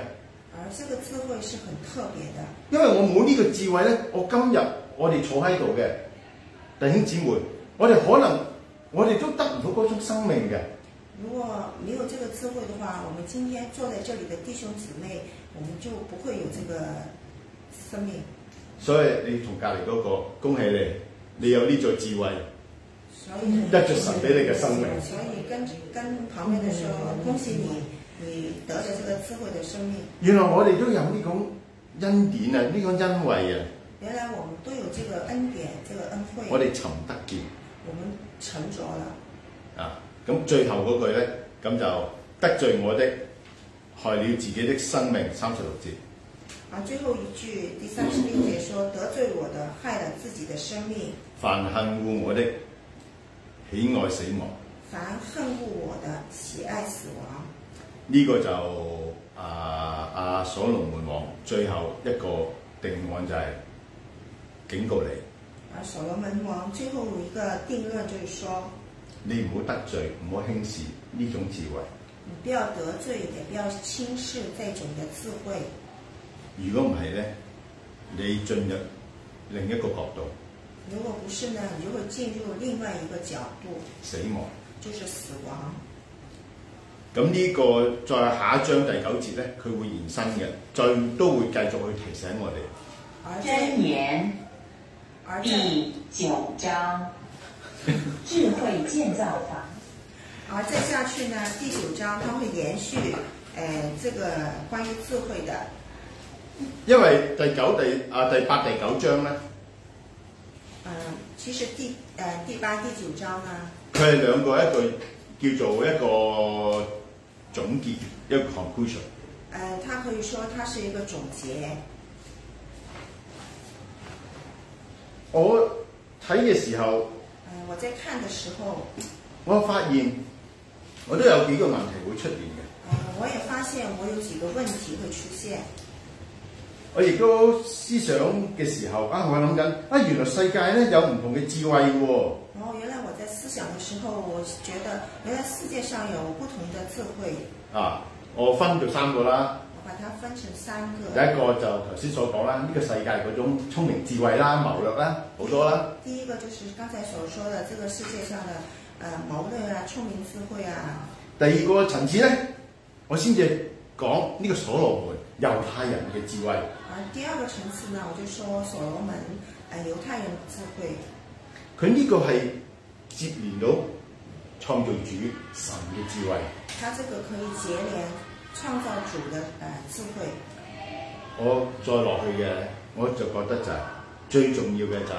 D: 而这个智慧是很特别的。
C: 因為我冇呢個智慧咧，我今日我哋坐喺度嘅弟兄姊妹，我哋可能我哋都得唔到嗰種生命嘅。
D: 如果没有这个智慧的话，我们今天坐在这里的弟兄姊妹，我们就不会有这个生命。
C: 所以你同隔離嗰個恭喜你，你有呢座智慧。
D: 所以呢
C: 得着神俾你嘅生命
D: 所以跟跟旁邊嘅說，恭喜你，你得着這個智慧的生命。
C: 原來我哋都有呢種恩典啊，呢種恩惠啊，
D: 原來我們都有這個恩典，這個恩惠，
C: 我哋尋得見。
D: 我們沉着了。
C: 啊，咁最後嗰句咧，咁就得罪我的，害了自己的生命。三十六節，
D: 啊，最後一句第三十六節說：得罪我的，害了自己的生命；
C: 凡恨惡我的，喜愛死亡。
D: 凡恨惡我的，喜愛死亡。
C: 呢、個就啊啊所羅門王最後一個定案就係警告你，
D: 而啊所羅門王最後一個定論就是說：
C: 你唔好得罪，唔好輕視呢種智慧。
D: 你不要得罪，也不要輕視這種的智慧。
C: 如果唔係咧，你進入另一個角度，
D: 如果不是呢，你就會進入另外一個角度。
C: 死亡。
D: 就是死亡。
C: 咁呢個再下一章第九節咧，佢會延伸嘅，再都會繼續去提醒我哋。
D: 而
B: 箴言
D: 而在
B: 第九章，智慧建造法。
D: 而再下去呢，第九章它会延续，呃，这个关于智慧的，
C: 因為第九、第啊第八、第九章咧，
D: 嗯、其实第呃第八、第九章呢，
C: 佢係兩個一句叫做一個總結，一個 conclusion。
D: 呃，它可以说它是一个总结。
C: 我睇嘅時候，
D: 呃，我在看的时候，
C: 我發現我都有幾個問題會出現嘅。
D: 呃，我也发现我有几个问题会出现。
C: 我亦都思想嘅時候啊，我諗緊啊，原來世界咧有唔同嘅智慧喎、
D: 然后原来我在思想的时候，我觉得原来世界上有不同的智慧，
C: 啊，我分咗三個啦。
D: 我把它分成三
C: 第
D: 个。
C: 一個就頭先所講啦，呢、個世界嗰種聰明智慧啦、謀略啦，好多啦。
D: 第一个就是刚才所说的这个世界上的呃谋略啊、聪明智慧啊。
C: 第二個層次咧，我先至講呢個所羅門猶太人嘅智慧。
D: 而第二个层次呢，我就说所罗门呃犹太人的智慧，
C: 佢呢個係接連到創造主神嘅智慧。
D: 他这个可以结连创造主的呃智慧。
C: 我再落去嘅，我就覺得就係、最重要嘅就係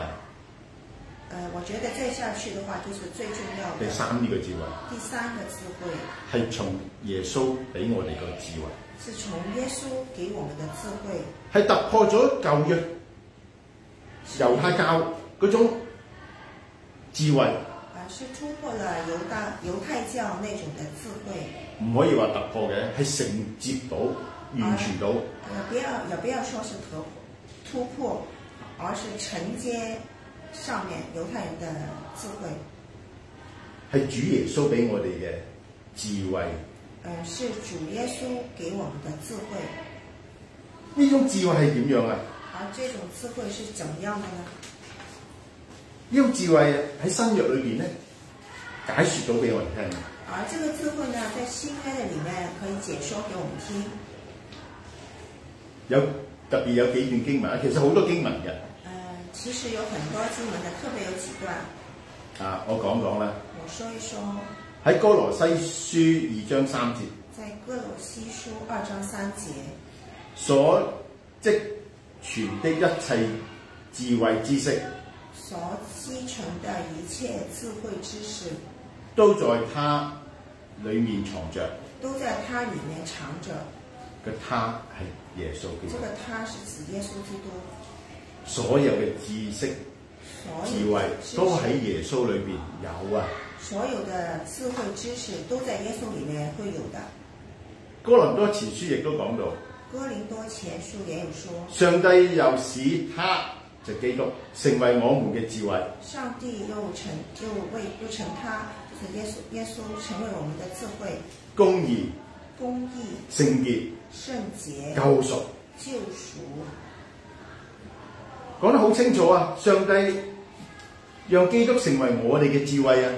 D: 呃，我觉得再下去的话，就是最重要
C: 第
D: 的
C: 三呢個智慧
D: 第三个智慧
C: 係從耶穌俾我哋個智慧，
D: 是从耶稣给我们的智慧，
C: 係突破咗舊約猶太教嗰種智慧，
D: 啊，是突破了犹大犹太教那种的智慧，
C: 唔可以話突破嘅，係承接到、完全到。
D: 也呃不要也不要说是突突破，而是承接上面犹太人的智慧，
C: 係主耶穌俾我哋嘅智慧。
D: 呃，是主耶稣给我们的智慧，
C: 呢種智慧係點樣啊？
D: 而这种智慧是怎么样的呢？
C: 呢種智慧喺新約裏邊咧，解説到俾我哋聽。
D: 而这个智慧呢，在新约的里面可以解说给我们听，
C: 有特別有幾段經文，啊其實好多經文嘅。
D: 呃，其实有很多经文的，特别有几段，
C: 啊，我講講啦。
D: 我说一说，
C: 喺哥羅西書二章三節
D: 在哥罗西书二章三节。
C: 所積存的一切智慧知識，
D: 所积存的一切智慧知识，
C: 都在他裡面藏着。
D: 都在它里面藏着。
C: 個他係耶穌基
D: 这
C: 督，
D: 个“它”是指耶稣基督，
C: 所有嘅知識
D: 所
C: 智
D: 有
C: 慧
D: 的知
C: 都喺
D: 识，
C: 耶穌裏邊有啊。
D: 所有的智慧知识都在耶稣里面会有的。
C: 哥林多前書亦都講到，
D: 哥林多前书也有说，
C: 上帝又使他就基督成為我們嘅智慧。
D: 上帝又成又为又成他，就是耶稣耶稣成为我们的智慧、
C: 公義、
D: 公义、
C: 聖潔、
D: 圣洁、
C: 救贖，
D: 救赎。
C: 講得好清楚啊！上帝讓基督成為我哋嘅智慧啊！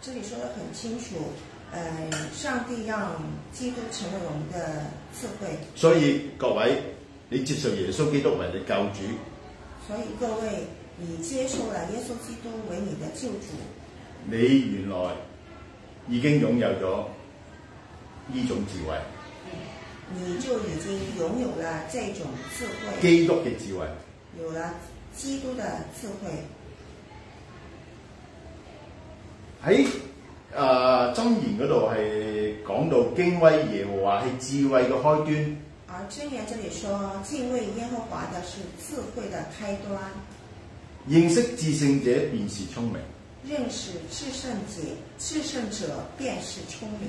D: 这里说的很清楚，呃，上帝让基督成为我们的智慧。
C: 所以各位，你接受耶穌基督為你救主，
D: 所以各位，你接受了耶稣基督为你的救主，
C: 你原來已經擁有咗呢種智慧，
D: 你就已经拥有了这种智慧，
C: 基督嘅智慧。
D: 有了基督的智慧。
C: 喺誒箴言嗰度係講到敬畏耶和華係智慧嘅開端。
D: 而箴言这里说，敬畏耶和华的是智慧的开端，
C: 認識至聖者便是聰明。
D: 认识至圣者，至圣者便是聪明。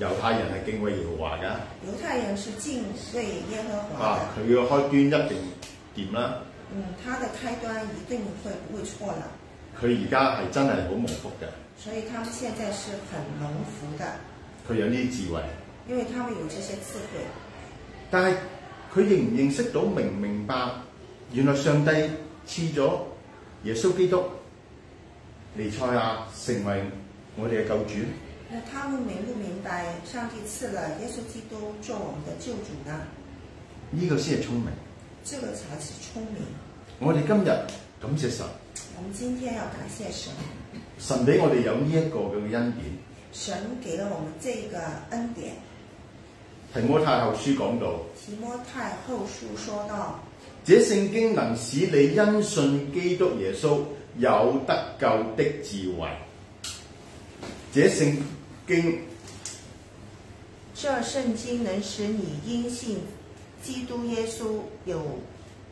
C: 猶太人係敬畏耶和華㗎，
D: 犹太人是敬畏耶和华
C: 啊
D: 的，
C: 佢嘅開端一定掂啦。
D: 嗯，他的开端一定会不会错了，
C: 佢而家係真係好蒙福嘅，
D: 所以他们现在是很蒙福的，
C: 佢有呢啲智慧，
D: 因为他们有这些智慧。
C: 但係佢認唔認識到明唔明白，原來上帝賜咗耶穌基督尼賽亞成為我哋嘅救主呢
D: 那他们明不明白上帝赐了耶稣基督做我们的救主呢？
C: 呢、個先係聰明。
D: 这个才是聪明。
C: 我哋今日感謝神，
D: 我们今天要感谢神，
C: 神俾我哋有呢一個嘅恩典。
D: 神给了我们这个恩典。
C: 提摩太後書講到。
D: 提摩太后书说到，
C: 這聖經能使你因信基督耶穌有得救的智慧。這聖經
D: 这圣经能使你因信基督耶稣有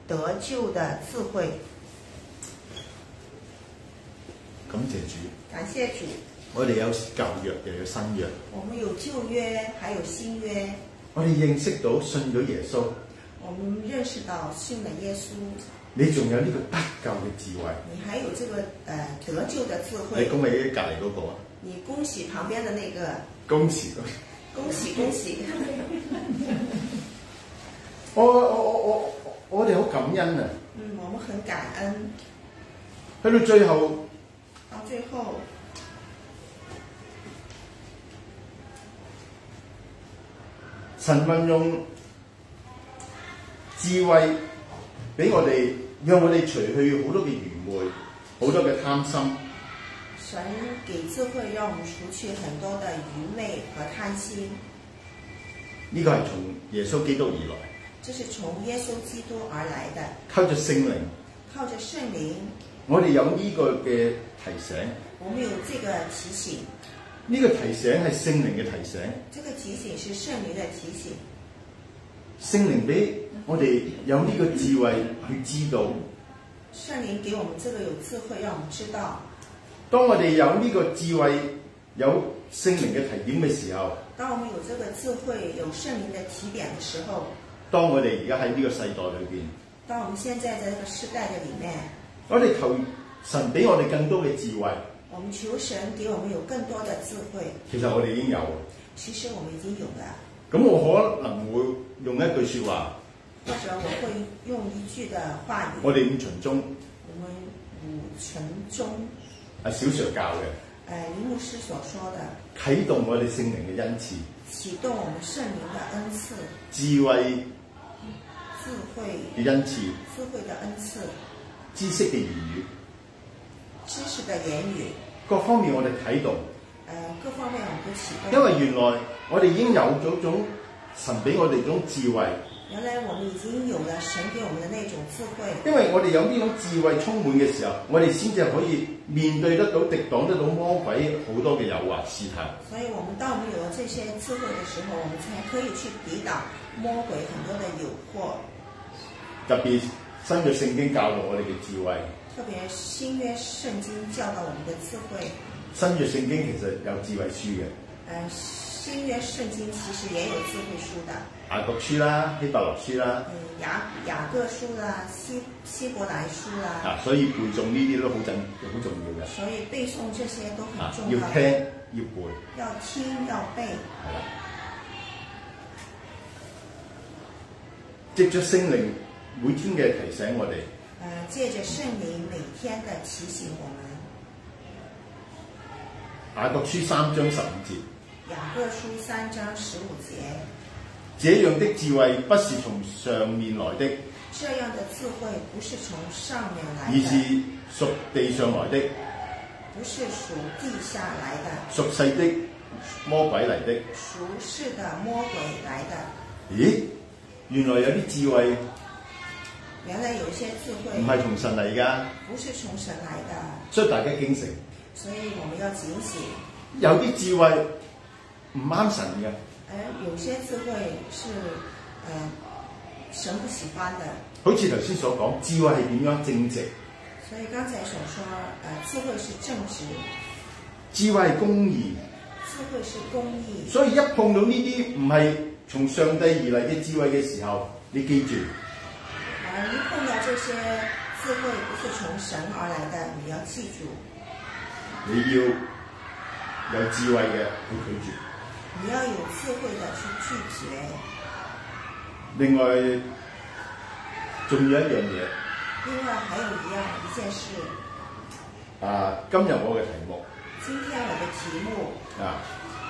D: 得救的智慧。
C: 感謝主，
D: 感谢主，
C: 我哋有舊約又有新約，
D: 我们有旧约，还有新约，
C: 我哋認識到信咗耶穌，
D: 我们认识到信了耶稣，
C: 你仲有呢個得救嘅智慧。
D: 你还有这个呃得救的智
C: 你
D: 慧，
C: 恭喜隔離嗰個啊，
D: 你恭喜旁边的那个，
C: 恭喜佢！
D: 恭喜恭喜！
C: 我我我我我哋好感恩啊！
D: 嗯，我们很感恩。
C: 去到最後，
D: 到最后，
C: 神運用智慧俾我哋，讓我哋除去好多嘅愚昧，好多嘅貪心。
D: 神给智慧，让我们除去很多的愚昧和贪心，
C: 呢、個係從耶穌基督而來，
D: 这是从耶稣基督而来的。
C: 靠着聖靈，
D: 靠着圣灵，
C: 我哋有呢個嘅提醒。
D: 我们有这个提醒，
C: 呢、個提醒係聖靈嘅提醒，
D: 这个提醒是圣灵的提醒。
C: 聖靈俾我哋有呢個智慧去知道。
D: 圣灵给我们这个有智慧，让我们知道，
C: 當我哋有呢個智慧，有聖靈嘅提點嘅時候，
D: 当我们有这个智慧、有圣灵的提点的时候，
C: 當我哋而家喺呢個世代裏邊，
D: 当我们现在在这个世代的里面，
C: 我哋求神俾我哋更多嘅智慧，
D: 我们求神给我们有更多的智慧。
C: 其實我哋已經有。
D: 其实我们已经有了，
C: 咁我可能會用一句説話，
D: 或者我会用一句的话语，
C: 我哋五旬中
D: 我们五成中，
C: 啊小 Sir 教嘅，
D: 呃，林牧师所说的，
C: 啟動我哋聖靈嘅恩賜、
D: 启动我们圣灵的恩赐、
C: 智慧
D: 智慧、
C: 嘅恩賜、
D: 智慧的恩赐、
C: 知識嘅言語，
D: 知识的言语，
C: 各方面我哋啟動，
D: 呃，各方面我们都启动。
C: 因為原來我哋已經有咗種神俾我哋種智慧，
D: 原来我们已经有了神给我们的那种智慧，
C: 因為我哋有呢種智慧充滿嘅時候，我哋先至可以面對得到、敵擋得到魔鬼好多嘅誘惑試探。
D: 所以我们当我们有了这些智慧的时候，我们才可以去抵挡魔鬼很多的诱惑。
C: 特別新約聖經教導我哋嘅智慧，
D: 特别新约圣经教导我们的智慧，
C: 新約聖經其實有智慧書嘅，
D: 呃，新约圣经其实也有智慧书的，
C: 雅各啊書啦、希伯來書啦，
D: 嗯，雅雅各书啦、希希伯来书啦，
C: 啊，所以背誦呢啲都好重好重要嘅，
D: 所以背诵这些都
C: 啊
D: 很，重
C: 要
D: 要，
C: 聽要背，
D: 要听要背，
C: 係啦。藉着聖靈每天嘅提醒我哋，
D: 呃，借着圣灵每天的提醒我们。
C: 雅各書三章十五節。
D: 雅各书三章十五节。
C: 這樣的智慧不是從上面來的，
D: 这样的智慧不是从上面
C: 而
D: 来的，
C: 是屬地上來的、
D: 不是属地下来的，
C: 屬世的魔鬼嚟的。
D: 属世的魔鬼来的。
C: 咦？原來有啲智慧
D: 原来有一些智
C: 唔
D: 慧
C: 係從神嚟㗎，
D: 不是從神来的，
C: 所以大家警醒。
D: 所以我们要警醒。
C: 有啲智慧唔啱神嘅，
D: 而哎有些智慧是，呃，神不喜欢的。
C: 好似頭先所講，智慧係點樣正直，
D: 所以刚才所说，呃，智慧是正直，
C: 智慧係公義，
D: 智慧是公义。
C: 所以一碰到呢啲唔係從上帝而嚟嘅智慧嘅時候，你記住，
D: 而一碰到这些智慧不是从神而来的，你要记住。
C: 你要有智慧嘅去拒絕。
D: 你要有智慧的去拒绝。
C: 另外，仲有一樣嘢
D: 另外还有一样一件事，
C: 啊，今日我嘅題目
D: 今天我的题目
C: 啊，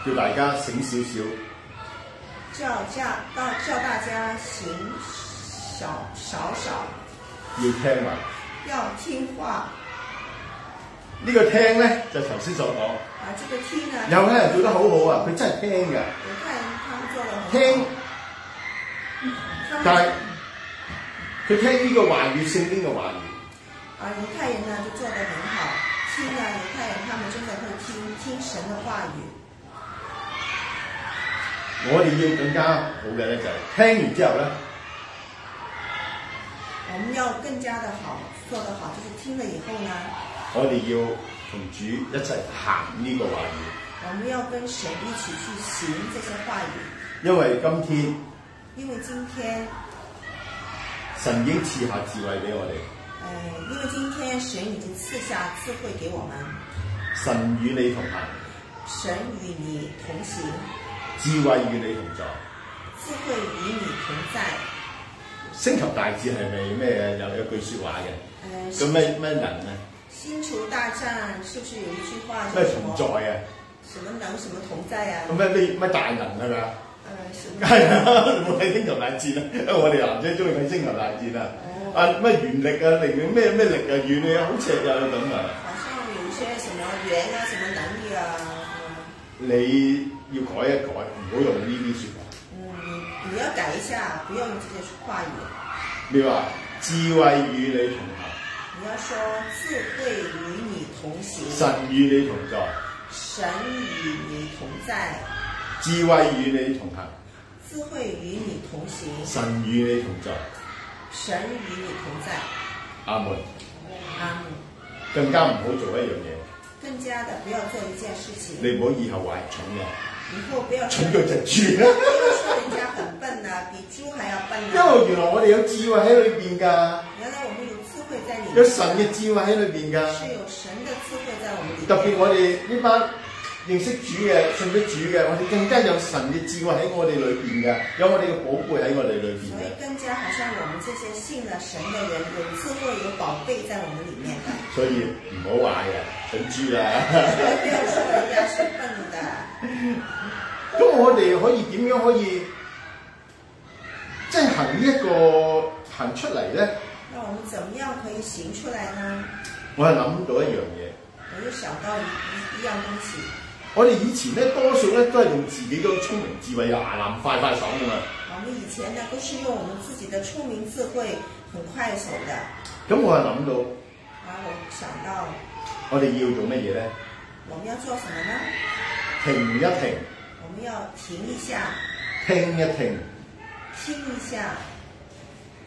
C: 叫大家醒少少，
D: 叫叫到叫大家行少少少，
C: 要聽埋。
D: 要听话。
C: 呢、個聽咧就頭先所講，
D: 啊，这个听呢，
C: 有啲人做得好好啊，佢真係聽㗎，
D: 我看他们做的很
C: 聽
D: 好。他
C: 但係
D: 们
C: 佢聽呢個話語，聖經嘅話語，
D: 啊，犹太人呢就做的很好。听呢，犹太人他们真的会听听神的话语。
C: 我哋要更加好嘅咧就係、聽完之後咧，
D: 我们要更加的好，做得好，就是听了以后呢，
C: 我哋要同主一齊行呢個話語，
D: 我们要跟神一起去行这些话语。
C: 因為今天
D: 因为今天
C: 神已經賜下智慧俾我哋，
D: 呃，因为今天神已经赐下智慧给我们，
C: 神與你同行，
D: 神与你同行，
C: 智慧與你同在。
D: 智慧与你同在。
C: 星球大戰係咪咩有一句説話嘅？
D: 呃，
C: 咁咩咩能啊？
D: 星球大战是不是有一句话叫
C: 咩
D: 什
C: 同
D: 么
C: 在啊？
D: 什么能什么同在啊
C: 咁？咩咩咩大能係咪啊？
D: 呃，什么？
C: 係 啊，冇睇星球大戰啊！我哋男仔中意睇星球大戰啊！啊咩原力啊，力咩咩力啊，原力啊，好似有咁啊！
D: 好像有一些什么缘啊，什么能力啊，
C: 你要改一改，唔好用呢啲説話。
D: 嗯，你你要改一下，不要用这些话语，
C: 你話智慧與你同行，
D: 你要说智慧与你同行，
C: 神與你同在，
D: 神与你同在，
C: 智慧與你同行，
D: 智慧与你同行，
C: 神與你同在。
D: 神与你同在，
C: 阿門。
D: 阿门。
C: 更加唔好做一樣嘢，
D: 更加的不要做一件事情，
C: 你唔好以後話係蠢嘅，
D: 以后不要说
C: 蠢到隻豬啦。
D: 不要说人家很笨呐、比猪还要笨
C: 因
D: 呐、
C: 為原來我哋有智慧喺裏邊㗎，
D: 原来我们有智慧在里面，
C: 有神嘅智慧喺裏邊㗎。
D: 是有神的智慧在我们里面。
C: 特別我哋呢班認識主嘅、信咗主嘅，我哋更加有神嘅智慧喺我哋裏邊嘅，有我哋嘅寶貝喺我哋裏邊
D: 所以
C: 嘅。
D: 更加好像我们这些信了神的人，有智慧、有宝贝在我们里面的，
C: 所以唔好話嘅，蠢豬啊啦。
D: 不要说人家是笨的。
C: 咁我哋可以點樣可以即係行呢一個行出嚟咧？
D: 那我们怎么样可以行出来呢？
C: 我係諗到一樣嘢，
D: 我就想到一一样东西，
C: 我哋以前咧多數咧都係用自己嗰個聰明智慧，嗱嗱快快手㗎嘛。
D: 我们以前呢都是用我们自己的聪明智慧很快手的，
C: 咁我係諗到
D: 然后我想到
C: 我哋要做乜嘢咧？
D: 我们要做什么呢？
C: 停一停，
D: 我们要停一下，
C: 聽一聽。
D: 听一下，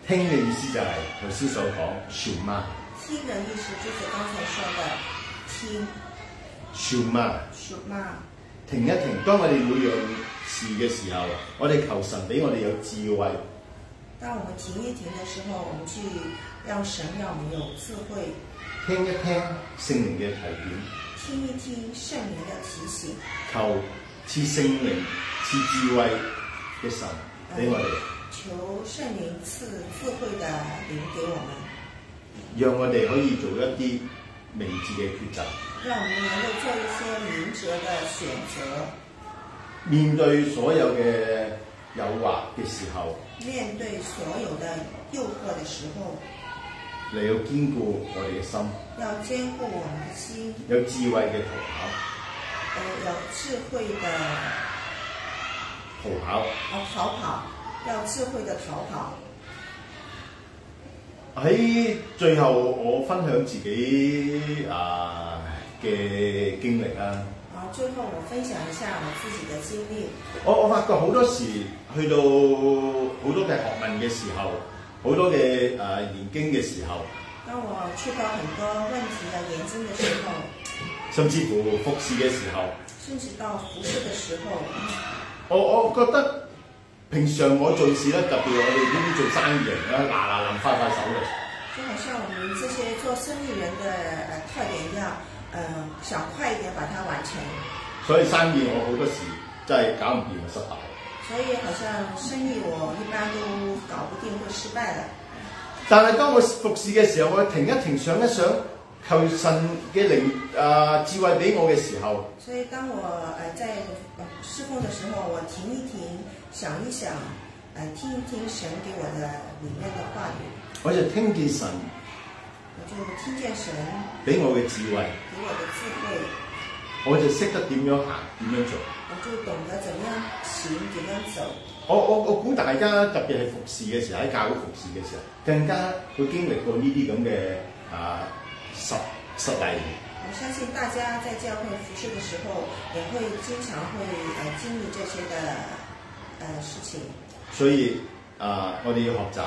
C: 聽嘅意思就係頭先所講船媽，
D: 听的意思就是刚才说的听，
C: 船媽
D: 是吗？
C: 停一停。當我哋每樣事嘅時候，我哋求神俾我哋有智慧，
D: 当我们停一停的时候，我们去让神让我们有智慧，
C: 聽一聽聖靈嘅提點，
D: 听一听圣灵的提醒，
C: 求賜聖靈賜智慧嘅神俾我哋，
D: 求圣灵赐智慧的灵给我们，
C: 讓我哋可以做一啲明智嘅抉擇。
D: 让我们能够做一些明哲的选择。
C: 面對所有嘅誘惑嘅時候，
D: 面对所有的诱惑的时候，
C: 你要堅固我哋嘅心，
D: 要兼顾我们的心，
C: 有智慧嘅逃
D: 呃，有智慧的
C: 跑，逃跑。
D: 呃逃跑，要智慧的逃跑。
C: 喺最後，我分享自己啊嘅經歷啦。
D: 啊，最后我分享一下我自己的经历。
C: 我我發覺好多時去到好多嘅學問嘅時候，好多嘅啊研經嘅時候，
D: 当我去到很多问题的研究的时候，
C: 甚至乎服侍嘅時候，
D: 甚至到服侍的时候，
C: 我我覺得平常我做事咧，特別我哋呢啲做生意人咧，嗱嗱臨快快手嘅，
D: 就好像我们这些做生意人的呃特点一样，呃，想快一点把它完成。
C: 所以生意我好多時真係搞唔掂，啊就失敗。
D: 所以好像生意我一般都搞不定，会失败的。
C: 但係當我服侍嘅時候，我停一停，想一想，求神嘅靈啊、智慧俾我嘅時候，
D: 所以当我呃在呃侍奉的时候，我停一停，想一想，呃，听一听神给我的里面的话语，
C: 我就聽見神
D: 我就听见神
C: 俾我嘅智慧，
D: 给我的智慧。
C: 我就識得點樣行，點樣做。
D: 我就懂得怎么样行，怎么样走。
C: 我我我估大家特別係服侍嘅時候，喺教會服侍嘅時候，更加會經歷過呢啲咁嘅啊實實例。
D: 我相信大家在教会服侍的时候，也会经常会呃经历这些的呃事情，
C: 所以啊、我哋要學習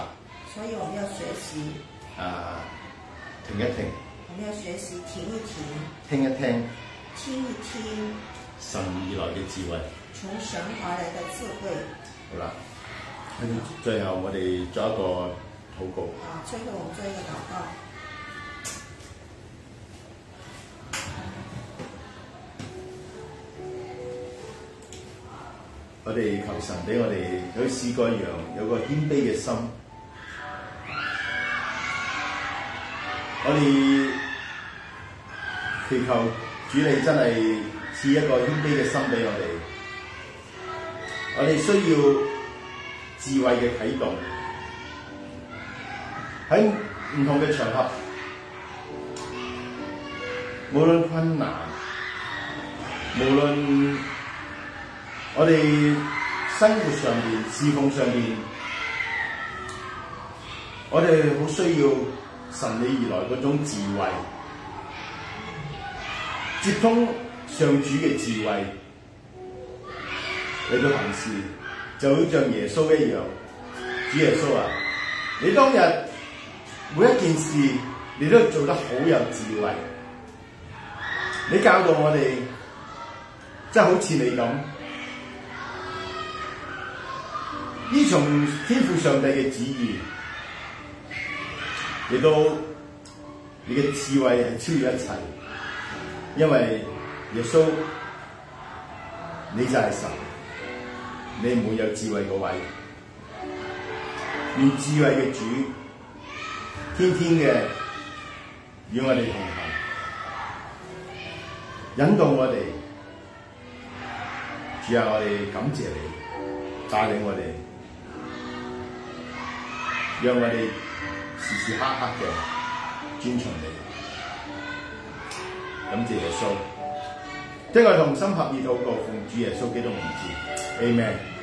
D: 所以我们要学习，
C: 啊、停一停，
D: 我们要学习停一停，
C: 聽一聽
D: 听一听
C: 神以來嘅智慧。
D: 从神而来的智慧。
C: 好啦，跟住最後我哋做一個祷告。
D: 啊，最后我们做一个祷告。
C: 我哋求神俾我哋有試過一樣，有個謙卑嘅心。我哋祈求主你真係賜一個謙卑嘅心俾我哋。我哋需要智慧嘅啟動，喺唔同嘅場合，無論困難，無論我哋生活上面、侍奉上面，我哋好需要神你而來嗰種智慧，接通上主嘅智慧嚟到行事，就好像耶穌一樣。主耶穌啊，你當日每一件事你都做得好有智慧，你教導我哋，即係好似你咁。依從天父上帝嘅旨意，嚟到你嘅智慧係超越一切，因為耶穌你就係神，你唔會有智慧嗰位，願智慧嘅主天天嘅與我哋同行，引導我哋，主啊，我哋感謝你帶領我哋。讓我哋時時刻刻嘅尊重你。感謝耶穌，即我同心合意禱告，奉主耶穌基督名字，Amen。